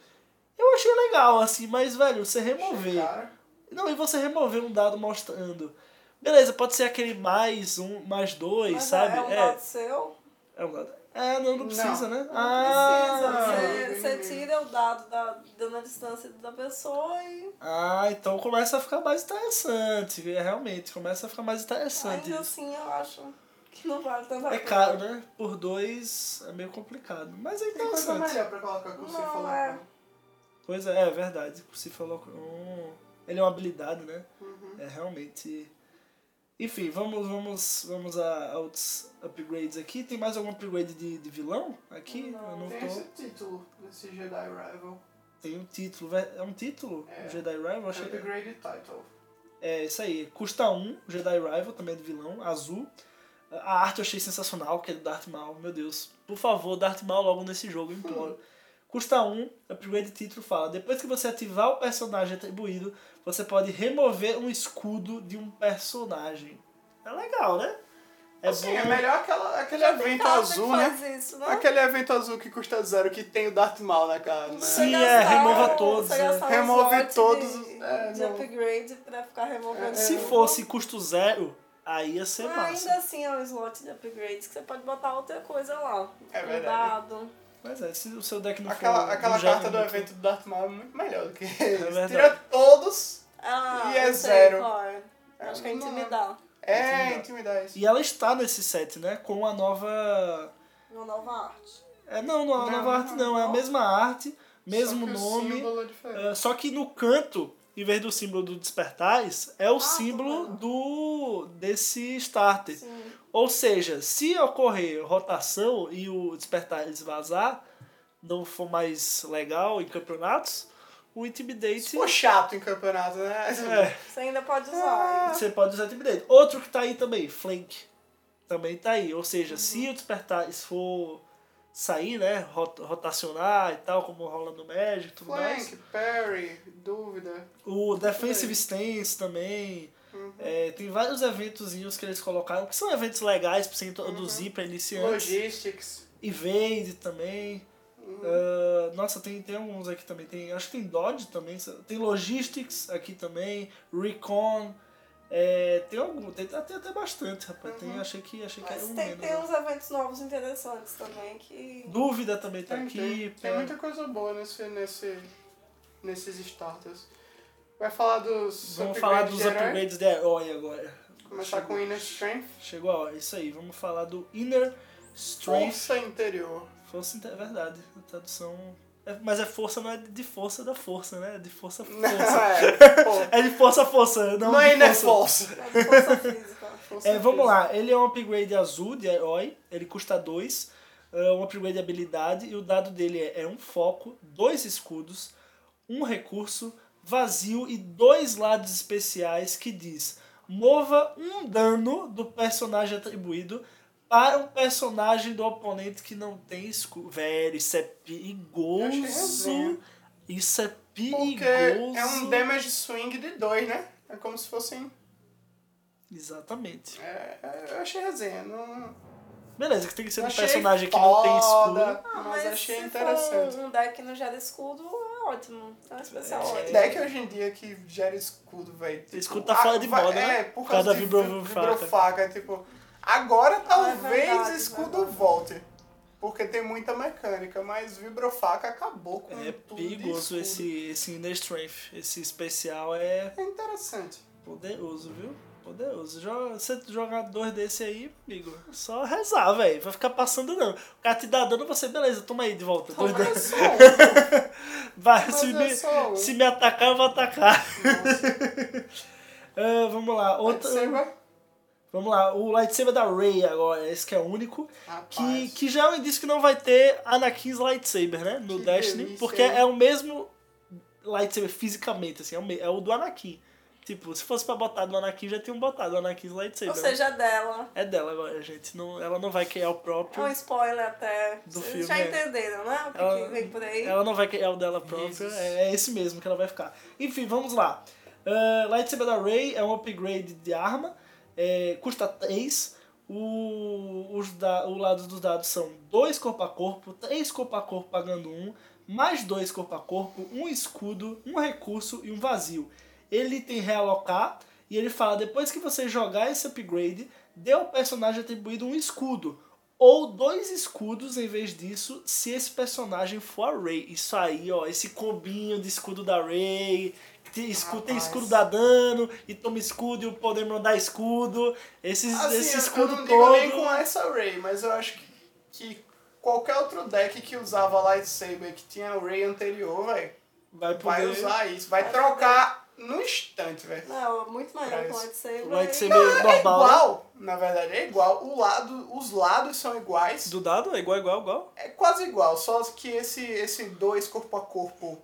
Speaker 2: Eu achei legal, assim, mas, velho, você remover...
Speaker 3: Cara,
Speaker 2: Não, e você remover um dado mostrando. Beleza, pode ser aquele mais um, mais dois,
Speaker 4: Mas
Speaker 2: sabe?
Speaker 4: É um
Speaker 2: é,
Speaker 4: dado seu.
Speaker 2: é um dado. É, não, não precisa, né?
Speaker 4: Precisa.
Speaker 2: ah,
Speaker 4: Você, você tira o dado da, dando a distância da pessoa e
Speaker 2: ah, então começa a ficar mais interessante. é, Realmente, começa a ficar mais interessante.
Speaker 4: ainda
Speaker 2: isso.
Speaker 4: assim eu acho que não vale tanta
Speaker 2: É
Speaker 4: coisa.
Speaker 2: caro, né? Por dois é meio complicado. Mas é
Speaker 3: Tem coisa
Speaker 2: interessante.
Speaker 3: melhor pra colocar que você
Speaker 4: Não,
Speaker 3: falou.
Speaker 4: é.
Speaker 3: pô.
Speaker 2: Pois é, é verdade. Você falou. Hum, ele é uma habilidade, né?
Speaker 3: Uhum.
Speaker 2: É realmente. Enfim, vamos, vamos, vamos a, a outros upgrades aqui. Tem mais algum upgrade de, de vilão aqui? Eu não
Speaker 3: Tem esse
Speaker 2: tô.
Speaker 3: título nesse Jedi Rival.
Speaker 2: Tem um título. ve- É um título?
Speaker 3: É.
Speaker 2: Um Jedi Rival? Achei...
Speaker 3: Upgrade Title.
Speaker 2: É isso aí. Custa 1, um, Jedi Rival, também é de vilão, azul. A arte eu achei sensacional, que é do Darth Maul. Meu Deus. Por favor, Darth Maul logo nesse jogo, eu imploro. Custa 1, um, upgrade título fala. Depois que você ativar o personagem atribuído, você pode remover um escudo de um personagem. É legal, né? É
Speaker 3: Assim,
Speaker 2: bom.
Speaker 3: é melhor aquela, aquele
Speaker 4: Já tem
Speaker 3: evento
Speaker 4: carta
Speaker 3: azul,
Speaker 4: que
Speaker 3: né?
Speaker 4: faz
Speaker 2: É
Speaker 4: isso, né?
Speaker 3: Aquele evento azul que custa zero, que tem o Darth Maul na cara. Né?
Speaker 4: Você
Speaker 2: Sim, é,
Speaker 4: gastar-
Speaker 2: remova todos,
Speaker 4: você
Speaker 2: é.
Speaker 4: gastar um
Speaker 3: Remove
Speaker 4: slot
Speaker 3: todos
Speaker 4: De,
Speaker 3: os- é,
Speaker 4: de
Speaker 3: não.
Speaker 4: upgrade pra ficar removendo.
Speaker 2: Se
Speaker 4: tudo.
Speaker 2: fosse custo zero, aí ia ser
Speaker 4: Ah,
Speaker 2: massa.
Speaker 4: ainda assim é um slot de upgrades que você pode botar outra coisa lá.
Speaker 3: É verdade.
Speaker 4: Cuidado.
Speaker 2: Mas é, se o seu deck não for.
Speaker 3: Aquela,
Speaker 2: do
Speaker 3: aquela
Speaker 2: jeito
Speaker 3: carta do
Speaker 2: que-
Speaker 3: evento do Darth Maul é muito melhor do que
Speaker 2: verdade.
Speaker 3: eles. Tira todos.
Speaker 4: Ah,
Speaker 3: E é
Speaker 4: eu sei
Speaker 3: zero. um
Speaker 4: qual é. Acho que é
Speaker 3: Não,
Speaker 4: intimidar.
Speaker 3: É, intimidar isso.
Speaker 2: E ela está nesse set, né? Com a nova.
Speaker 4: Uma nova arte.
Speaker 2: É, não, não, a
Speaker 3: Não,
Speaker 2: nova arte não. É a
Speaker 4: não.
Speaker 2: mesma arte, mesmo
Speaker 3: Só que o
Speaker 2: nome.
Speaker 3: símbolo é diferente.
Speaker 2: é, só que no canto, em vez do símbolo do Despertais, é o
Speaker 3: Ah,
Speaker 4: tá
Speaker 2: símbolo
Speaker 4: vendo.
Speaker 2: do desse starter.
Speaker 4: Sim.
Speaker 2: Ou seja, se ocorrer rotação e o Despertais vazar, não for mais legal em campeonatos, o Intimidate.
Speaker 3: Pô, chato em campeonato, né?
Speaker 2: É.
Speaker 4: Você ainda pode usar.
Speaker 2: Você pode usar intimidate. Outro que tá aí também, flank. Também tá aí. Ou seja, se o despertar se for sair, né? rot- Rotacionar e tal, como rola no Magic e tudo mais.
Speaker 3: Flank, parry, dúvida.
Speaker 2: O Defensive Stance também. É, tem vários eventozinhos que eles colocaram, que são eventos legais pra você introduzir pra iniciantes.
Speaker 3: Logistics.
Speaker 2: Evade também.
Speaker 3: Hum.
Speaker 2: Ah, nossa, tem, tem alguns aqui também. Tem, acho que tem Dodge também. Tem Logistics aqui também. Recon. É, tem algum. Tem, tem até bastante, rapaz.
Speaker 3: Uhum.
Speaker 2: Tem, achei que, achei que era
Speaker 4: Mas
Speaker 2: um
Speaker 4: tem,
Speaker 2: menos,
Speaker 4: tem
Speaker 2: né?
Speaker 4: uns eventos novos interessantes também que.
Speaker 2: Dúvida também tá
Speaker 3: um- Tem,
Speaker 2: aqui.
Speaker 3: tem. Tem muita coisa boa nesse, nesse, nesses starters. Vai falar dos
Speaker 2: Vamos
Speaker 3: upgrades
Speaker 2: falar
Speaker 3: de
Speaker 2: dos
Speaker 3: herói?
Speaker 2: upgrades de herói agora.
Speaker 3: Começar com Inner Strength.
Speaker 2: Chegou a hora. Isso aí, vamos falar do Inner Strength.
Speaker 3: Força interior.
Speaker 2: Força, inte- é verdade. A tradução. é- mas é força, não é de força da força, né? É de força
Speaker 3: Não,
Speaker 2: força.
Speaker 3: é, pô,
Speaker 2: É de força força, não,
Speaker 3: não
Speaker 2: de
Speaker 3: é Inner
Speaker 2: força.
Speaker 3: Force.
Speaker 4: É de força física.
Speaker 3: Força
Speaker 2: É, vamos
Speaker 3: física.
Speaker 2: lá. Ele é um upgrade azul de herói. Ele custa 2. É um upgrade de habilidade. E o dado dele é, é um foco, dois escudos, um recurso, vazio e dois lados especiais que diz mova um dano do personagem atribuído para um personagem do oponente que não tem escudo. Velho, isso é
Speaker 3: Eu achei resenha.
Speaker 2: perigoso. Isso é perigoso.
Speaker 3: Porque é um damage swing de 2, né? É como se fossem.
Speaker 2: Exatamente.
Speaker 3: É, é, eu achei resenha. Não,
Speaker 2: Beleza, que tem que ser um
Speaker 3: achei
Speaker 2: personagem que não tem escudo.
Speaker 3: foda,
Speaker 4: Ah,
Speaker 3: Mas, achei
Speaker 4: se
Speaker 3: interessante.
Speaker 4: For um deck que não gera escudo, é ótimo. É um especial
Speaker 3: Que
Speaker 4: ótimo.
Speaker 3: Deck hoje em dia que gera escudo, velho. Tipo,
Speaker 2: Escudo tá fora de
Speaker 3: vai-
Speaker 2: moda, né?
Speaker 3: É, por
Speaker 2: Por
Speaker 3: causa
Speaker 2: causa da
Speaker 3: de vibro-
Speaker 2: vibrofaca.
Speaker 3: vibrofaca. Tipo, agora talvez
Speaker 4: Ah, é verdade, é
Speaker 3: escudo
Speaker 4: verdade.
Speaker 3: volte. Porque tem muita mecânica, mas vibrofaca acabou com
Speaker 2: É
Speaker 3: tudo de
Speaker 2: perigoso
Speaker 3: escudo.
Speaker 2: esse, esse Inner Strength. Esse especial é
Speaker 3: É interessante.
Speaker 2: poderoso, viu? Poderoso. Jo- Você jogar dois desse aí, amigo, só rezar, velho. Vai ficar passando dano. O cara te dá dano, você, beleza, toma aí de volta. dois
Speaker 3: Mas é
Speaker 2: dano.
Speaker 3: só um.
Speaker 2: Vai,
Speaker 3: mas
Speaker 2: se,
Speaker 3: é
Speaker 2: me,
Speaker 3: só um.
Speaker 2: se me atacar, eu vou atacar. Ah, vamos lá. Outra,
Speaker 3: Você vai-
Speaker 2: vamos lá. O lightsaber da Rey agora, esse que é único. Que,
Speaker 3: Rapaz.
Speaker 2: que já é um indício que não vai ter Anakin's lightsaber, né? No
Speaker 3: Que
Speaker 2: Destiny.
Speaker 3: delícia,
Speaker 2: porque
Speaker 3: hein?
Speaker 2: é o mesmo lightsaber fisicamente, assim. É o, me- é o do Anakin. Tipo, se fosse pra botar do Anakin, já tinham botado o Anakin's lightsaber.
Speaker 4: Ou seja, é dela.
Speaker 2: né? É dela agora, gente. Não, ela não vai criar o
Speaker 4: É
Speaker 2: próprio.
Speaker 4: um spoiler até.
Speaker 2: Tipo, Do
Speaker 4: Vocês
Speaker 2: filme,
Speaker 4: já
Speaker 2: é.
Speaker 4: entenderam, né? O que,
Speaker 2: Ela-
Speaker 4: que vem por aí.
Speaker 2: Ela não vai criar o dela própria.
Speaker 3: Jesus.
Speaker 2: É, é esse mesmo que ela vai ficar. Enfim, vamos lá. Ah, lightsaber da Rey é um upgrade de arma. é, custa 3. O, os da, o lado dos dados são 2 corpo a corpo, 3 corpo a corpo pagando 1, mais 2 corpo a corpo, um escudo, um recurso e um vazio. Ele tem realocar e ele fala: depois que você jogar esse upgrade, dê ao personagem atribuído um escudo. Ou dois escudos em vez disso, se esse personagem for a Rey. Isso aí, ó, esse combinho de escudo da Rey. que Tem escudo, tem
Speaker 3: Rapaz.
Speaker 2: escudo da dano e toma escudo e o poder mandar escudo. Esses,
Speaker 3: Assim,
Speaker 2: esse
Speaker 3: eu-
Speaker 2: escudo
Speaker 3: eu não digo
Speaker 2: todo.
Speaker 3: nem com essa Ray, mas eu acho que, que qualquer outro deck que usava lightsaber que tinha a Ray anterior, velho,
Speaker 2: vai poder.
Speaker 3: vai usar isso, vai trocar no instante, velho.
Speaker 4: Não, muito melhor que o
Speaker 3: Mas-
Speaker 4: lightsaber.
Speaker 2: o lightsaber
Speaker 4: E-
Speaker 2: normal. né?
Speaker 3: É igual, na verdade, é igual. O lado, os lados são iguais.
Speaker 2: Do dado é igual, igual, igual.
Speaker 3: É quase igual, só que esse, esse dois corpo a corpo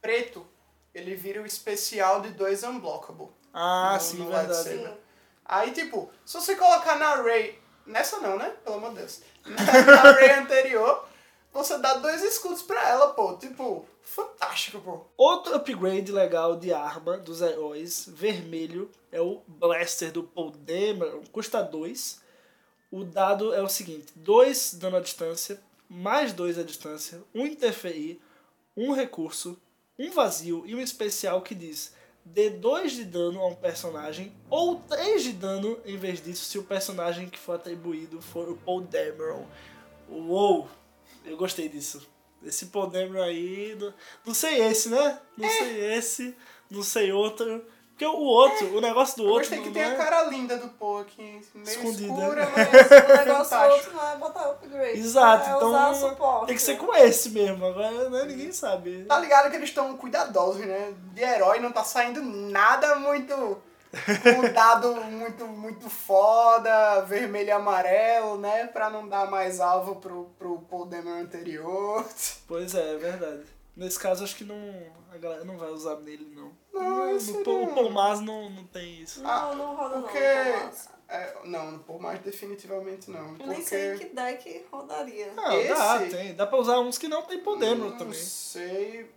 Speaker 3: preto, ele vira o especial de dois unblockable.
Speaker 2: Ah,
Speaker 3: No-
Speaker 2: sim,
Speaker 3: no
Speaker 2: verdade.
Speaker 3: lightsaber. Aí, tipo, se você colocar na Ray. Nessa não, né? Pelo amor de Deus. Na, na Ray anterior, você dá dois escudos pra ela, pô. Tipo, fantástico, pô.
Speaker 2: Outro upgrade legal de arma dos heróis vermelho é o Blaster do Paul Dameron, custa 2. O dado é o seguinte: 2 dano à distância, mais 2 à distância, 1 um interferir, 1 um recurso, 1 um vazio e um especial que diz dê 2 de dano a um personagem ou 3 de dano em vez disso se o personagem que for atribuído for o Paul Dameron. Uou! Eu gostei disso. Esse Paul Dameron aí. Não, não sei esse, né?
Speaker 3: É.
Speaker 2: Não sei esse, não sei outro. Porque o outro, o negócio do
Speaker 3: Eu
Speaker 2: outro.
Speaker 3: gostei que
Speaker 2: não
Speaker 3: tem
Speaker 2: é- né?
Speaker 3: a cara linda do Poe aqui, meio
Speaker 2: Escondida.
Speaker 3: escura,
Speaker 4: O
Speaker 3: mas
Speaker 4: é um negócio
Speaker 3: fantástico.
Speaker 4: outro não é botar upgrade.
Speaker 2: Exato,
Speaker 4: é
Speaker 2: então
Speaker 4: usar o suporte.
Speaker 2: tem que ser com esse mesmo. Agora né, ninguém sabe.
Speaker 3: Tá ligado que eles estão cuidadosos, né? De herói não tá saindo nada muito. com um dado muito, muito foda, vermelho e amarelo, né? Pra não dar mais alvo pro, pro Paul Dameron anterior.
Speaker 2: Pois é, é verdade. Nesse caso, acho que não. A galera não vai usar nele, não.
Speaker 3: Não, um
Speaker 2: o,
Speaker 3: isso
Speaker 2: o, Paul-
Speaker 3: não.
Speaker 2: o Palmas não, não tem isso.
Speaker 3: Ah,
Speaker 4: Não, não roda
Speaker 3: Porque.
Speaker 4: não. não roda.
Speaker 3: é, não, no Paul mais definitivamente não.
Speaker 4: Eu
Speaker 3: Porque...
Speaker 4: nem sei em que deck rodaria.
Speaker 2: Ah, dá,
Speaker 3: esse-
Speaker 2: tem. Dá pra usar uns que não tem Podemro
Speaker 3: não
Speaker 2: também.
Speaker 3: sei.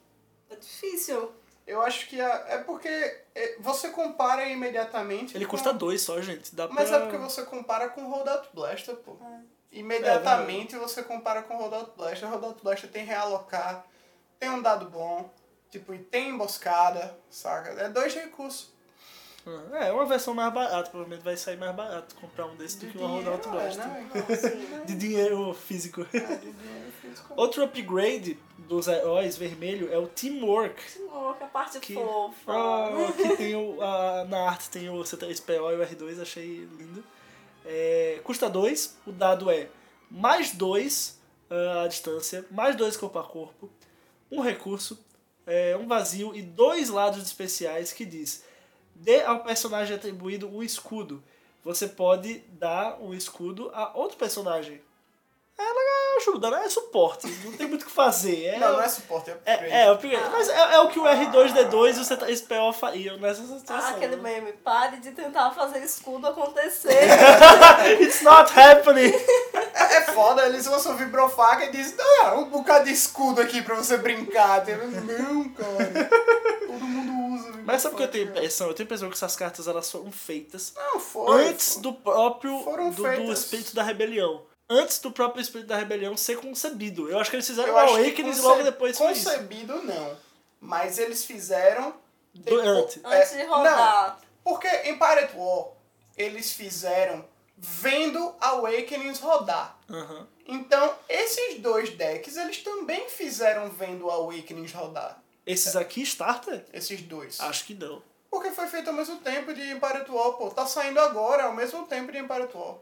Speaker 4: É difícil.
Speaker 3: Eu acho que a- é porque é, você compara imediatamente.
Speaker 2: Ele
Speaker 3: com-
Speaker 2: custa dois só, gente. Dá
Speaker 3: Mas
Speaker 2: pra...
Speaker 3: é porque você compara com Rollout Blaster, pô.
Speaker 4: É.
Speaker 3: Imediatamente você compara com Rollout Blaster. Rollout Blaster tem realocar, tem um dado bom, tipo, e tem emboscada, saca? É dois recursos.
Speaker 2: Ah, É, uma versão mais barata. Provavelmente vai sair mais barato comprar um desse do que um Rollout
Speaker 3: é,
Speaker 2: Blaster.
Speaker 3: né?
Speaker 2: De dinheiro físico.
Speaker 3: É, de dinheiro físico.
Speaker 2: Outro upgrade dos heróis vermelho é o Teamwork.
Speaker 4: Senhor, oh, que a parte
Speaker 2: Que-
Speaker 4: fofa.
Speaker 2: Ah, que tem o, a- na arte tem o C3PO e o R2, achei lindo. É, custa 2, o dado é mais 2 a distância, mais 2 corpo a corpo, um recurso, é, um vazio e dois lados especiais que diz dê ao personagem atribuído um escudo. Você pode dar um escudo a outro personagem. É legal, ajuda, né? É suporte, não tem muito o que fazer. É,
Speaker 3: Não, não é suporte, é upgrade.
Speaker 2: é, é, o upgrade. Mas é, é o que o R2D2 e o C3PO fariam nessa situação.
Speaker 4: Ah, aquele
Speaker 2: né?
Speaker 4: meme. Pare de tentar fazer escudo
Speaker 2: É,
Speaker 4: acontecer.
Speaker 3: né,
Speaker 2: It's not happening!
Speaker 3: É, é foda, eles lançam vibrofaca e dizem, ah, um bocado de escudo aqui pra você brincar. Tem- um, Não, cara. Todo mundo usa vibrofaca.
Speaker 2: Mas sabe o que eu tenho impressão? Eu tenho impressão que essas cartas elas foram feitas
Speaker 3: Não, foi.
Speaker 2: antes do próprio
Speaker 3: Foram
Speaker 2: do, do
Speaker 3: feitas.
Speaker 2: espírito da rebelião. Antes do próprio espírito da rebelião ser concebido. Eu acho que eles fizeram
Speaker 3: Eu
Speaker 2: o
Speaker 3: acho que
Speaker 2: Awakening e
Speaker 3: conce-
Speaker 2: logo depois foi isso.
Speaker 3: Concebido não. Mas eles fizeram. depois-
Speaker 2: antes.
Speaker 4: Antes
Speaker 3: é,
Speaker 4: de rodar.
Speaker 3: Não, porque em Pirate War eles fizeram vendo Awakenings rodar.
Speaker 2: Aham.
Speaker 3: Então, esses dois decks, eles também fizeram vendo Awakenings rodar.
Speaker 2: Esses aqui, starter?
Speaker 3: Esses dois.
Speaker 2: Acho que não.
Speaker 3: Porque foi feito ao mesmo tempo de Pirate War, pô. Tá saindo agora, ao mesmo tempo de Pirate War.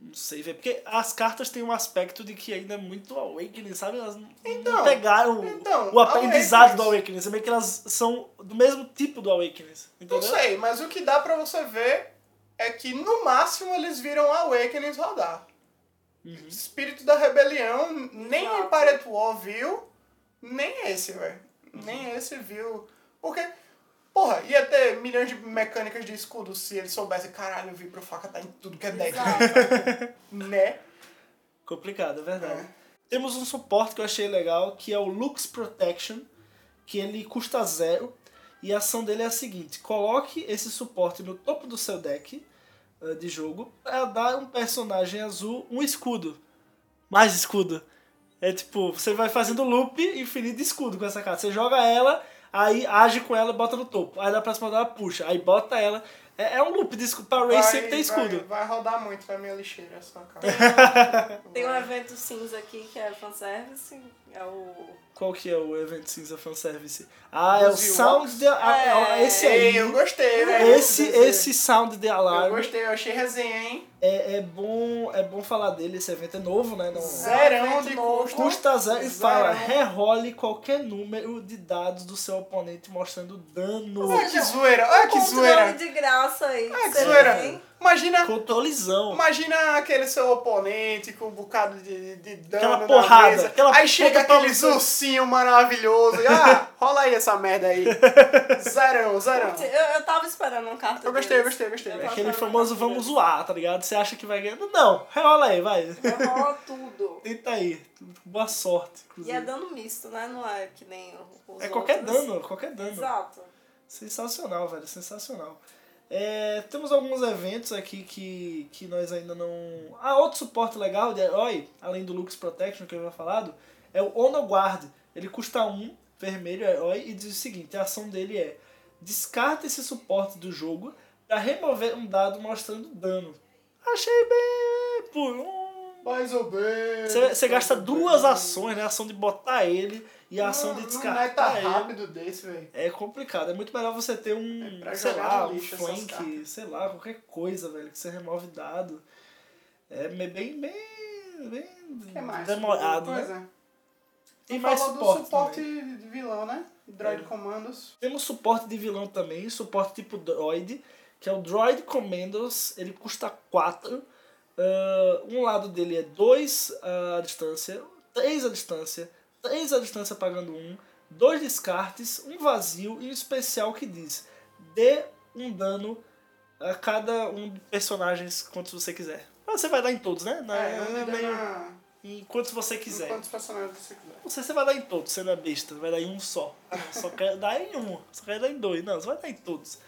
Speaker 2: Não sei, velho. Porque as cartas têm um aspecto de que ainda é muito Awakening, sabe? Elas não- não
Speaker 3: Então,
Speaker 2: pegaram
Speaker 3: então,
Speaker 2: o aprendizado
Speaker 3: Awakenings.
Speaker 2: do Awakening. Você vê que elas são do mesmo tipo do Awakening. Entendeu?
Speaker 3: Não sei, mas o que dá pra você ver é que no máximo eles viram Awakenings rodar.
Speaker 2: Uhum.
Speaker 3: Espírito da Rebelião, nem
Speaker 4: Exato.
Speaker 3: em Pirate War viu, nem esse, velho.
Speaker 2: Uhum.
Speaker 3: Nem esse viu. Porque, porra, ia ter milhões de mecânicas de escudo se ele soubesse, caralho, o Vibrofaca tá em tudo que é deck. né?
Speaker 2: Complicado, é verdade. Temos um suporte que eu achei legal, que é o Lux Protection, que ele custa zero. E a ação dele é a seguinte: coloque esse suporte no topo do seu deck eh, de jogo para dar um personagem azul um escudo. Mais escudo. É tipo, você vai fazendo loop infinito de escudo com essa carta. Você joga ela, aí age com ela e bota no topo. Aí na próxima rodada ela puxa, aí bota ela. É, é um loop de escudo. Para Ray sempre tem escudo.
Speaker 3: Vai, vai rodar muito na minha lixeira essa cara.
Speaker 4: Tem um evento cinza aqui que é fanservice. É o.
Speaker 2: Qual que é o evento cinza fanservice? Ah,
Speaker 3: Dos
Speaker 2: é o
Speaker 3: Ewoks?
Speaker 2: Sound the... ah, é, ó, esse aí.
Speaker 3: Ei, eu gostei, velho.
Speaker 2: Esse, esse Sound the
Speaker 3: Eu
Speaker 2: Alarm
Speaker 3: gostei, eu achei resenha, hein?
Speaker 2: é, é bom, é bom falar dele. Esse evento é novo, né? Não,
Speaker 3: Zerão de
Speaker 4: Muito bom.
Speaker 3: custo.
Speaker 2: custa zero e
Speaker 3: Zero.
Speaker 2: fala, rerole qualquer número de dados do seu oponente mostrando dano.
Speaker 3: Olha que zoeira, olha Ah, que
Speaker 4: controle
Speaker 3: zoeira.
Speaker 4: de graça aí.
Speaker 3: Olha que
Speaker 4: você
Speaker 3: zoeira.
Speaker 4: tem.
Speaker 3: Imagina,
Speaker 2: Controlezão.
Speaker 3: imagina aquele seu oponente com um bocado de, de dano
Speaker 2: Aquela
Speaker 3: na
Speaker 2: porrada,
Speaker 3: mesa.
Speaker 2: aquela
Speaker 3: aí chega
Speaker 2: puta pra
Speaker 3: aqueles
Speaker 2: você.
Speaker 3: ursinho maravilhoso. E, ah, rola aí essa merda aí. Zerão, zerão.
Speaker 4: Eu, eu tava esperando um cartão.
Speaker 3: Eu gostei, eu gostei, eu gostei.
Speaker 4: Eu um
Speaker 2: É
Speaker 4: gosto.
Speaker 2: aquele famoso vamos zoar, tá ligado? Você acha que vai ganhar. Não, rerola aí, vai.
Speaker 4: Eu rolo tudo.
Speaker 2: Tenta aí. Boa sorte,
Speaker 4: E
Speaker 2: inclusive.
Speaker 4: é dano misto, né? Não é que nem os
Speaker 2: É qualquer
Speaker 4: outros.
Speaker 2: dano, qualquer dano.
Speaker 4: Exato.
Speaker 2: Sensacional, velho, sensacional. É, temos alguns eventos aqui que, que nós ainda não. Ah, outro suporte legal de herói, além do Lux Protection que eu já falado, é o Honor Guard. Ele custa um vermelho herói e diz o seguinte: a ação dele é descarta esse suporte do jogo para remover um dado mostrando dano. Achei bem. Por um.
Speaker 3: Mais ou menos.
Speaker 2: Você você gasta duas ações, né? A ação de botar ele e a ação de
Speaker 3: Um meta
Speaker 2: descartar ele.
Speaker 3: rápido desse, velho.
Speaker 2: É complicado, é muito melhor você ter
Speaker 3: É
Speaker 2: um,
Speaker 3: pra
Speaker 2: sei
Speaker 3: jogar
Speaker 2: lá,
Speaker 3: no
Speaker 2: um
Speaker 3: lixo essas
Speaker 2: flank,
Speaker 3: cartas.
Speaker 2: sei lá, qualquer coisa, velho, que você remove dado. É me- bem, bem, bem
Speaker 3: É mais.
Speaker 2: demorado,
Speaker 3: Pois
Speaker 2: né?
Speaker 3: é.
Speaker 2: Tem
Speaker 3: Tu
Speaker 2: mais
Speaker 3: falou
Speaker 2: suporte,
Speaker 3: do suporte
Speaker 2: também. É.
Speaker 3: de vilão, né? Droid Commandos.
Speaker 2: Temos suporte de vilão também, suporte tipo droid, que é o Droid Commandos, ele custa 4. um lado dele é 2 a distância, 3 a distância, 3 a distância pagando 1, um, 2 descartes, um vazio e um especial que diz dê um dano a cada um dos personagens quantos você quiser. Mas Você vai dar em todos, né? Na,
Speaker 3: é,
Speaker 2: na-
Speaker 3: onde
Speaker 2: meio-
Speaker 3: na...
Speaker 2: Em quantos você quiser.
Speaker 3: Quantos personagens você quiser.
Speaker 2: Não sei se você vai dar em todos, você não é besta, vai dar em um só. Não, Só quer dar em um, só quer dar em dois. Não, você vai dar em todos.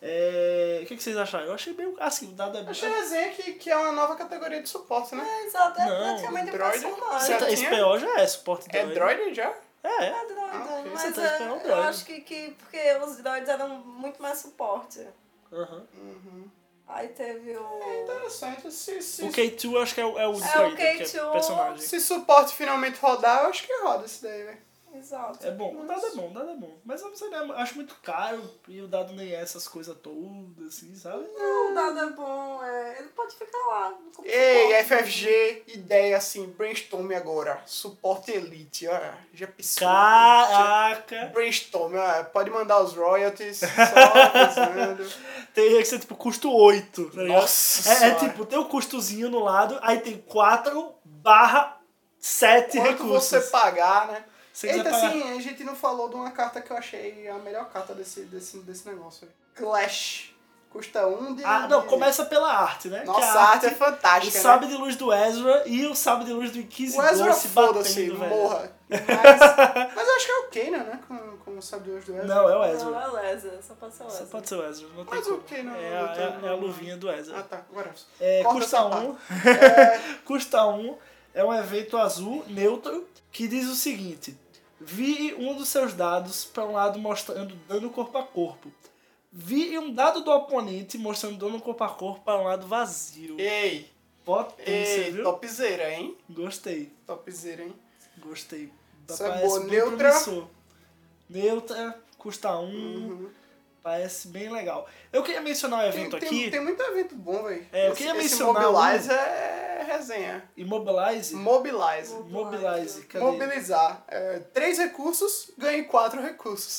Speaker 2: É, O que, que vocês acharam? Eu achei meio. Assim, o dado é.
Speaker 3: Achei a resenha que, que é uma nova categoria de suporte, né?
Speaker 4: Exato, é
Speaker 2: Não,
Speaker 4: praticamente um
Speaker 3: droid-
Speaker 4: personagem.
Speaker 2: Você tá- Esse PO já é suporte
Speaker 3: né? É droid já?
Speaker 2: É, é.
Speaker 4: É droid,
Speaker 3: Ah, ok.
Speaker 2: Você
Speaker 4: mas
Speaker 2: tá
Speaker 4: é,
Speaker 2: esperando um
Speaker 4: eu
Speaker 2: droid.
Speaker 4: acho que, que porque os droids eram muito mais suporte.
Speaker 2: Aham.
Speaker 3: Uhum.
Speaker 4: Aí teve o.
Speaker 3: É, então. Interessante. Se, se,
Speaker 2: O K2 eu acho que é o, é o
Speaker 4: o
Speaker 2: droid, que é
Speaker 4: K2.
Speaker 2: o personagem.
Speaker 3: se suporte finalmente rodar, eu acho que roda esse daí, né? velho.
Speaker 4: Exato.
Speaker 2: É bom, o dado é bom, o dado é bom. Mas eu não sei, né? eu acho muito caro e o dado nem é essas coisas todas, assim, sabe?
Speaker 4: Não, o dado é bom, é, ele pode ficar lá. como
Speaker 3: Ei, é
Speaker 4: suporte.
Speaker 3: FFG, ideia assim, brainstorm agora. Suporte elite, ó. Já pensou.
Speaker 2: Caraca!
Speaker 3: Brainstorm, ó. Pode mandar os royalties, só pensando.
Speaker 2: Teria que ser tipo custo 8, tá ligado?
Speaker 3: Nossa
Speaker 2: É, é
Speaker 3: senhora.
Speaker 2: tipo, tem o custozinho no lado, aí tem 4 barra 7
Speaker 3: Quanto
Speaker 2: é recursos.
Speaker 3: você pagar, né?
Speaker 2: Você tá quiser
Speaker 3: Eita,
Speaker 2: pagar-
Speaker 3: assim, a gente não falou de uma carta que eu achei a melhor carta desse, desse, desse negócio. aí. Clash. Custa um de...
Speaker 2: Ah, não,
Speaker 3: de-
Speaker 2: começa pela arte, né?
Speaker 3: Nossa,
Speaker 2: Que
Speaker 3: a arte é
Speaker 2: O
Speaker 3: fantástica, né?
Speaker 2: sabre de luz do Ezra e o sabre de luz do
Speaker 3: O
Speaker 2: Inquisidor
Speaker 3: Ezra,
Speaker 2: se batendo,
Speaker 3: foda-se,
Speaker 2: velho.
Speaker 3: morra. Mas, mas eu acho que é o Kanan, né? Com, com o Sabios do Ezra.
Speaker 2: Não, é o
Speaker 4: Não,
Speaker 3: Ah,
Speaker 2: Ezra.
Speaker 4: é Lesa, só pode
Speaker 2: Só
Speaker 4: ser Lesa.
Speaker 2: pode ser o Ezra, não tem
Speaker 3: Mas
Speaker 2: como.
Speaker 3: o né? Kanan...
Speaker 2: É, a, é a- é a luvinha do
Speaker 3: Ah,
Speaker 2: Ezra.
Speaker 3: tá. Agora...
Speaker 2: É,
Speaker 3: corta
Speaker 2: custa
Speaker 3: essa parte. É.
Speaker 2: um, custa um, é um evento azul, neutro, que diz o seguinte: vire um dos seus dados para um lado mostrando dano corpo a corpo. Vire um dado do oponente mostrando dano corpo a corpo para um lado vazio.
Speaker 3: Ei,
Speaker 2: Potência,
Speaker 3: ei,
Speaker 2: viu?
Speaker 3: topzera, hein?
Speaker 2: Gostei.
Speaker 3: Topzera, hein?
Speaker 2: Gostei.
Speaker 3: Isso é
Speaker 2: parece
Speaker 3: boa.
Speaker 2: bem
Speaker 3: Neutra?
Speaker 2: promissor. Neutra, custa um,
Speaker 3: Uhum.
Speaker 2: parece bem legal. Eu queria mencionar um
Speaker 3: Tem,
Speaker 2: evento
Speaker 3: tem-
Speaker 2: aqui,
Speaker 3: tem muito evento bom, velho.
Speaker 2: É, eu queria mencionar um.
Speaker 3: Mobilize é resenha.
Speaker 2: Immobilize.
Speaker 3: Mobilize.
Speaker 2: Mobilize, cadê?
Speaker 3: Mobilizar. É, três recursos, ganhe quatro recursos.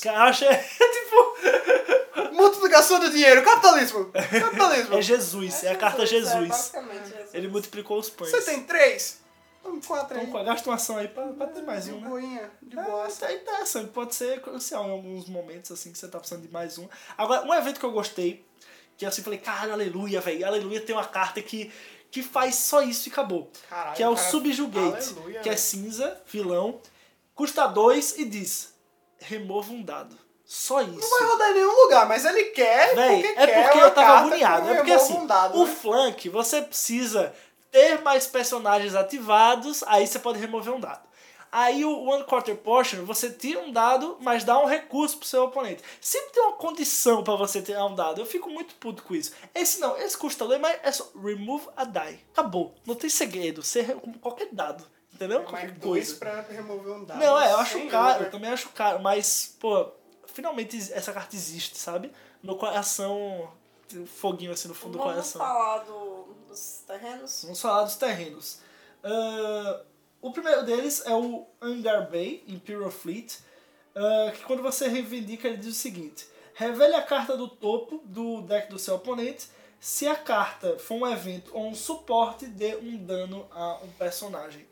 Speaker 2: Caixa é tipo.
Speaker 3: Multiplicação do dinheiro. Capitalismo. Capitalismo.
Speaker 2: É Jesus, é a carta
Speaker 4: É,
Speaker 2: Jesus.
Speaker 4: basicamente Jesus.
Speaker 2: Ele multiplicou os pães.
Speaker 3: Você tem três? Um, quatro aí.
Speaker 2: Então, gasta uma ação aí pra, pra ter mais
Speaker 3: de
Speaker 2: um, né?
Speaker 3: boinha, de
Speaker 2: É,
Speaker 3: boa.
Speaker 2: isso é interessante, pode ser crucial em alguns momentos, assim, que você tá precisando de mais um. Agora, um evento que eu gostei, que assim, falei, cara, aleluia, velho, aleluia, tem uma carta que, que faz só isso e acabou.
Speaker 3: Caralho,
Speaker 2: que é o
Speaker 3: cara.
Speaker 2: Subjugate,
Speaker 3: Aleluia,
Speaker 2: que é
Speaker 3: velho.
Speaker 2: cinza, vilão, custa dois e diz, remova um dado. Só isso.
Speaker 3: Não vai rodar em nenhum lugar, mas ele quer
Speaker 2: Véi,
Speaker 3: porque
Speaker 2: é
Speaker 3: quer
Speaker 2: porque
Speaker 3: uma
Speaker 2: eu tava
Speaker 3: carta que
Speaker 2: agoniado.
Speaker 3: não
Speaker 2: É porque
Speaker 3: remova
Speaker 2: assim,
Speaker 3: um dado,
Speaker 2: o
Speaker 3: né?
Speaker 2: flank, você precisa ter mais personagens ativados, aí você pode remover um dado. Aí o One Quarter Portion, você tira um dado, mas dá um recurso pro seu oponente. Sempre tem uma condição pra você tirar um dado. Eu fico muito puto com isso. Esse não, esse custa ler, mas é só remove a die. Acabou. Não tem segredo. Você re- qualquer dado. Entendeu? Qualquer
Speaker 3: É Mais dois pra remover um
Speaker 4: Tá,
Speaker 3: dado. né?
Speaker 2: Não, é, eu acho
Speaker 3: Sem
Speaker 2: caro,
Speaker 4: né?
Speaker 2: eu
Speaker 3: erro,
Speaker 2: também acho caro, mas, pô, finalmente essa carta existe, sabe? No coração, tem um foguinho assim no fundo do
Speaker 4: Vamos
Speaker 2: coração.
Speaker 4: falar do, dos terrenos?
Speaker 2: Vamos falar dos terrenos. Ah, o primeiro deles é o Hangar Bay, Imperial Fleet, ah, que quando você reivindica ele diz o seguinte: revele a carta do topo do deck do seu oponente. Se a carta for um evento ou um suporte, dê um dano a um personagem.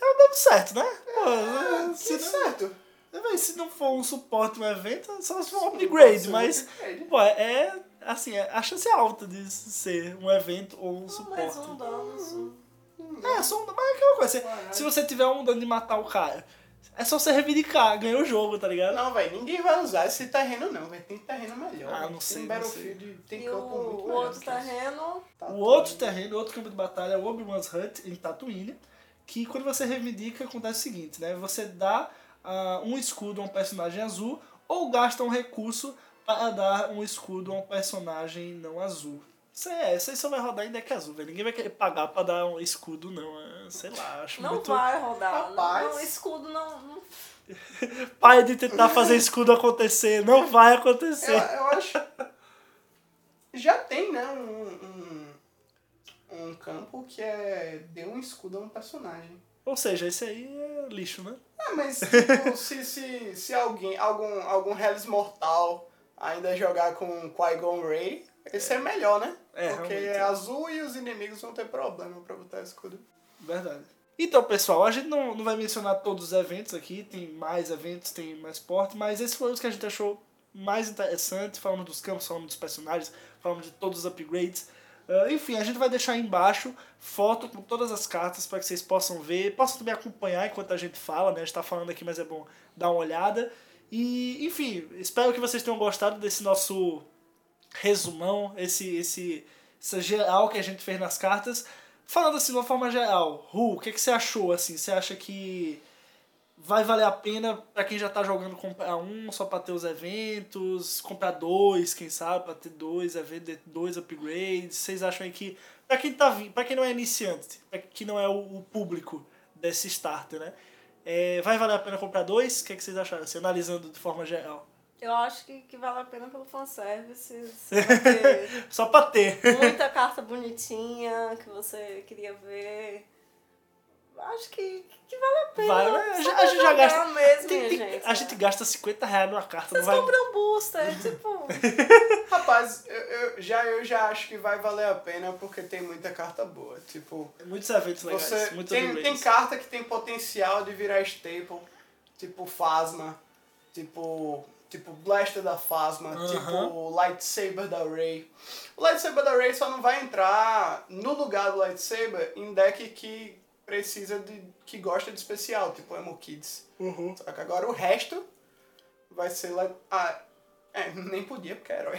Speaker 2: É um dano certo, né? Pô,
Speaker 4: É,
Speaker 3: né?
Speaker 2: se
Speaker 3: Que
Speaker 2: não-
Speaker 3: certo.
Speaker 2: Véi, se não for um suporte no evento, só se for um
Speaker 3: Pode
Speaker 2: upgrade,
Speaker 3: ser um
Speaker 2: mas
Speaker 3: upgrade.
Speaker 2: pô, é assim, é- a chance é alta de ser um evento ou um
Speaker 4: Não, mais um
Speaker 2: suporte.
Speaker 4: dano.
Speaker 3: Hum,
Speaker 2: É, só um, mas é aquela coisa, se-
Speaker 3: Caralho.
Speaker 2: se você tiver um dano de matar o cara, É só você reivindicar, ganhou o jogo, tá ligado?
Speaker 3: Não, velho, ninguém vai usar esse terreno, não, velho. Tem terreno melhor.
Speaker 2: Ah,
Speaker 3: velho.
Speaker 2: não sei,
Speaker 3: Tem
Speaker 2: não
Speaker 3: Battlefield, tem
Speaker 4: E o,
Speaker 3: campo muito
Speaker 4: o
Speaker 3: melhor
Speaker 4: outro
Speaker 3: do que isso.
Speaker 4: terreno
Speaker 3: Tá
Speaker 2: O Um outro terreno, outro campo de batalha é o Obi-Wan's Hut, em Tatooine, que quando você reivindica, acontece o seguinte, né? Você dá ah, um escudo a um personagem azul ou gasta um recurso para dar um escudo a um personagem não azul. Isso aí é, isso aí só vai rodar em deck azul, velho. Ninguém vai querer pagar pra dar um escudo, não. é, Sei lá, acho
Speaker 4: não
Speaker 2: muito
Speaker 4: vai rodar. Não,
Speaker 3: Rapaz.
Speaker 4: não, escudo não, não
Speaker 2: pai de tentar fazer escudo acontecer. Não vai acontecer.
Speaker 3: Eu, eu acho. Já tem, né? Um, um, um campo que é. Deu um escudo a um personagem.
Speaker 2: Ou seja, isso aí é lixo, né?
Speaker 3: Ah, mas tipo, se, se, se alguém, algum, algum Hellis Mortal ainda jogar com Qui-Gon Ray, esse é melhor, né?
Speaker 2: É,
Speaker 3: Porque
Speaker 2: realmente, é.
Speaker 3: é azul e os inimigos vão ter problema pra botar escudo.
Speaker 2: Verdade. Então, pessoal, a gente não, não vai mencionar todos os eventos aqui, tem mais eventos, tem mais porte, mas esses foram os que a gente achou mais interessante. Falamos dos campos, falamos dos personagens, falamos de todos os upgrades. Ah, enfim, a gente vai deixar aí embaixo foto com todas as cartas para que vocês possam ver, possam também acompanhar enquanto a gente fala, né? A gente tá falando aqui, mas é bom dar uma olhada. E, enfim, espero que vocês tenham gostado desse nosso resumão, esse, esse, essa geral que a gente fez nas cartas. Falando assim, de uma forma geral, Ru, o que, que você achou? assim Você acha que vai valer a pena pra quem já tá jogando comprar um só pra ter os eventos, comprar dois, quem sabe, pra ter dois eventos, dois upgrades? Vocês acham aí que, pra quem, tá, vin- pra quem não é iniciante, pra que não é o, o público desse starter, né? É, vai valer a pena comprar dois? O que, que vocês acharam? Assim, analisando de forma geral.
Speaker 4: Eu acho que, que vale a pena pelo fanservice. Você vai ter
Speaker 2: Só pra ter.
Speaker 4: muita carta bonitinha que você queria ver. Acho que, que vale a pena.
Speaker 2: Vale, né?
Speaker 4: Só
Speaker 2: A
Speaker 4: pra
Speaker 2: gente já
Speaker 4: jogar
Speaker 2: gasta-
Speaker 4: mesmo,
Speaker 2: Tem- tem-
Speaker 4: gente.
Speaker 2: a gente gasta 50 reais numa carta,
Speaker 4: Vocês
Speaker 2: não vai.
Speaker 4: compram um booster, tipo.
Speaker 3: Rapaz, eu, eu- já, eu já acho que vai valer a pena porque tem muita carta boa. Tipo,
Speaker 2: Muitos eventos legais,
Speaker 3: Você
Speaker 2: muitos
Speaker 3: tem, tem
Speaker 2: upgrades.
Speaker 3: carta que tem potencial de virar staple, tipo Phasma, tipo tipo Blaster da Phasma,
Speaker 2: Aham.
Speaker 3: tipo Lightsaber da Ray. O Lightsaber da Ray só não vai entrar no lugar do Lightsaber em deck que precisa de que gosta de especial, tipo Emo Kids.
Speaker 2: Uhum.
Speaker 3: Só que agora o resto vai ser lá. Ah, é, nem podia porque é herói.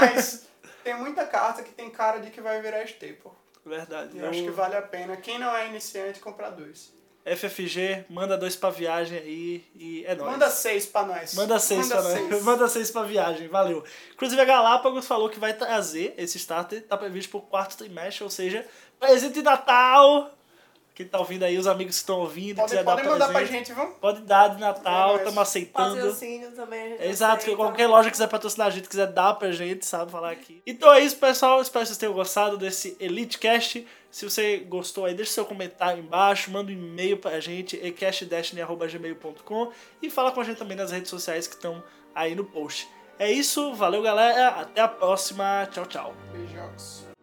Speaker 3: Mas tem muita carta que tem cara de que vai virar staple.
Speaker 2: Verdade.
Speaker 3: Eu acho que vale a pena. Quem não é iniciante, comprar dois.
Speaker 2: FFG, manda dois pra viagem aí e é nóis.
Speaker 3: Manda seis pra nós.
Speaker 2: Manda seis pra nós. Manda seis pra viagem, valeu. Inclusive a Galápagos falou que vai trazer esse starter, tá previsto pro quarto trimestre, ou seja, presente de Natal. Quem tá ouvindo aí, os amigos que estão ouvindo,
Speaker 3: Podem,
Speaker 2: quiser
Speaker 3: podem
Speaker 2: dar
Speaker 3: mandar pra
Speaker 2: presente.
Speaker 3: gente, viu?
Speaker 2: Pode dar de Natal,
Speaker 3: É nóis.
Speaker 2: estamos aceitando.
Speaker 4: Patrocínio também. A gente
Speaker 2: Então, Exato, que
Speaker 4: aceita.
Speaker 2: qualquer loja que quiser patrocinar a gente, quiser dar pra gente, sabe, falar aqui. Então é isso, pessoal. Espero que vocês tenham gostado desse EliteCast. Se você gostou aí, deixa seu comentário aí embaixo, manda um e-mail pra gente, ecastdestiny.gmail.com e fala com a gente também nas redes sociais que estão aí no post. É isso, valeu galera, até a próxima, tchau, tchau.
Speaker 3: Beijocos.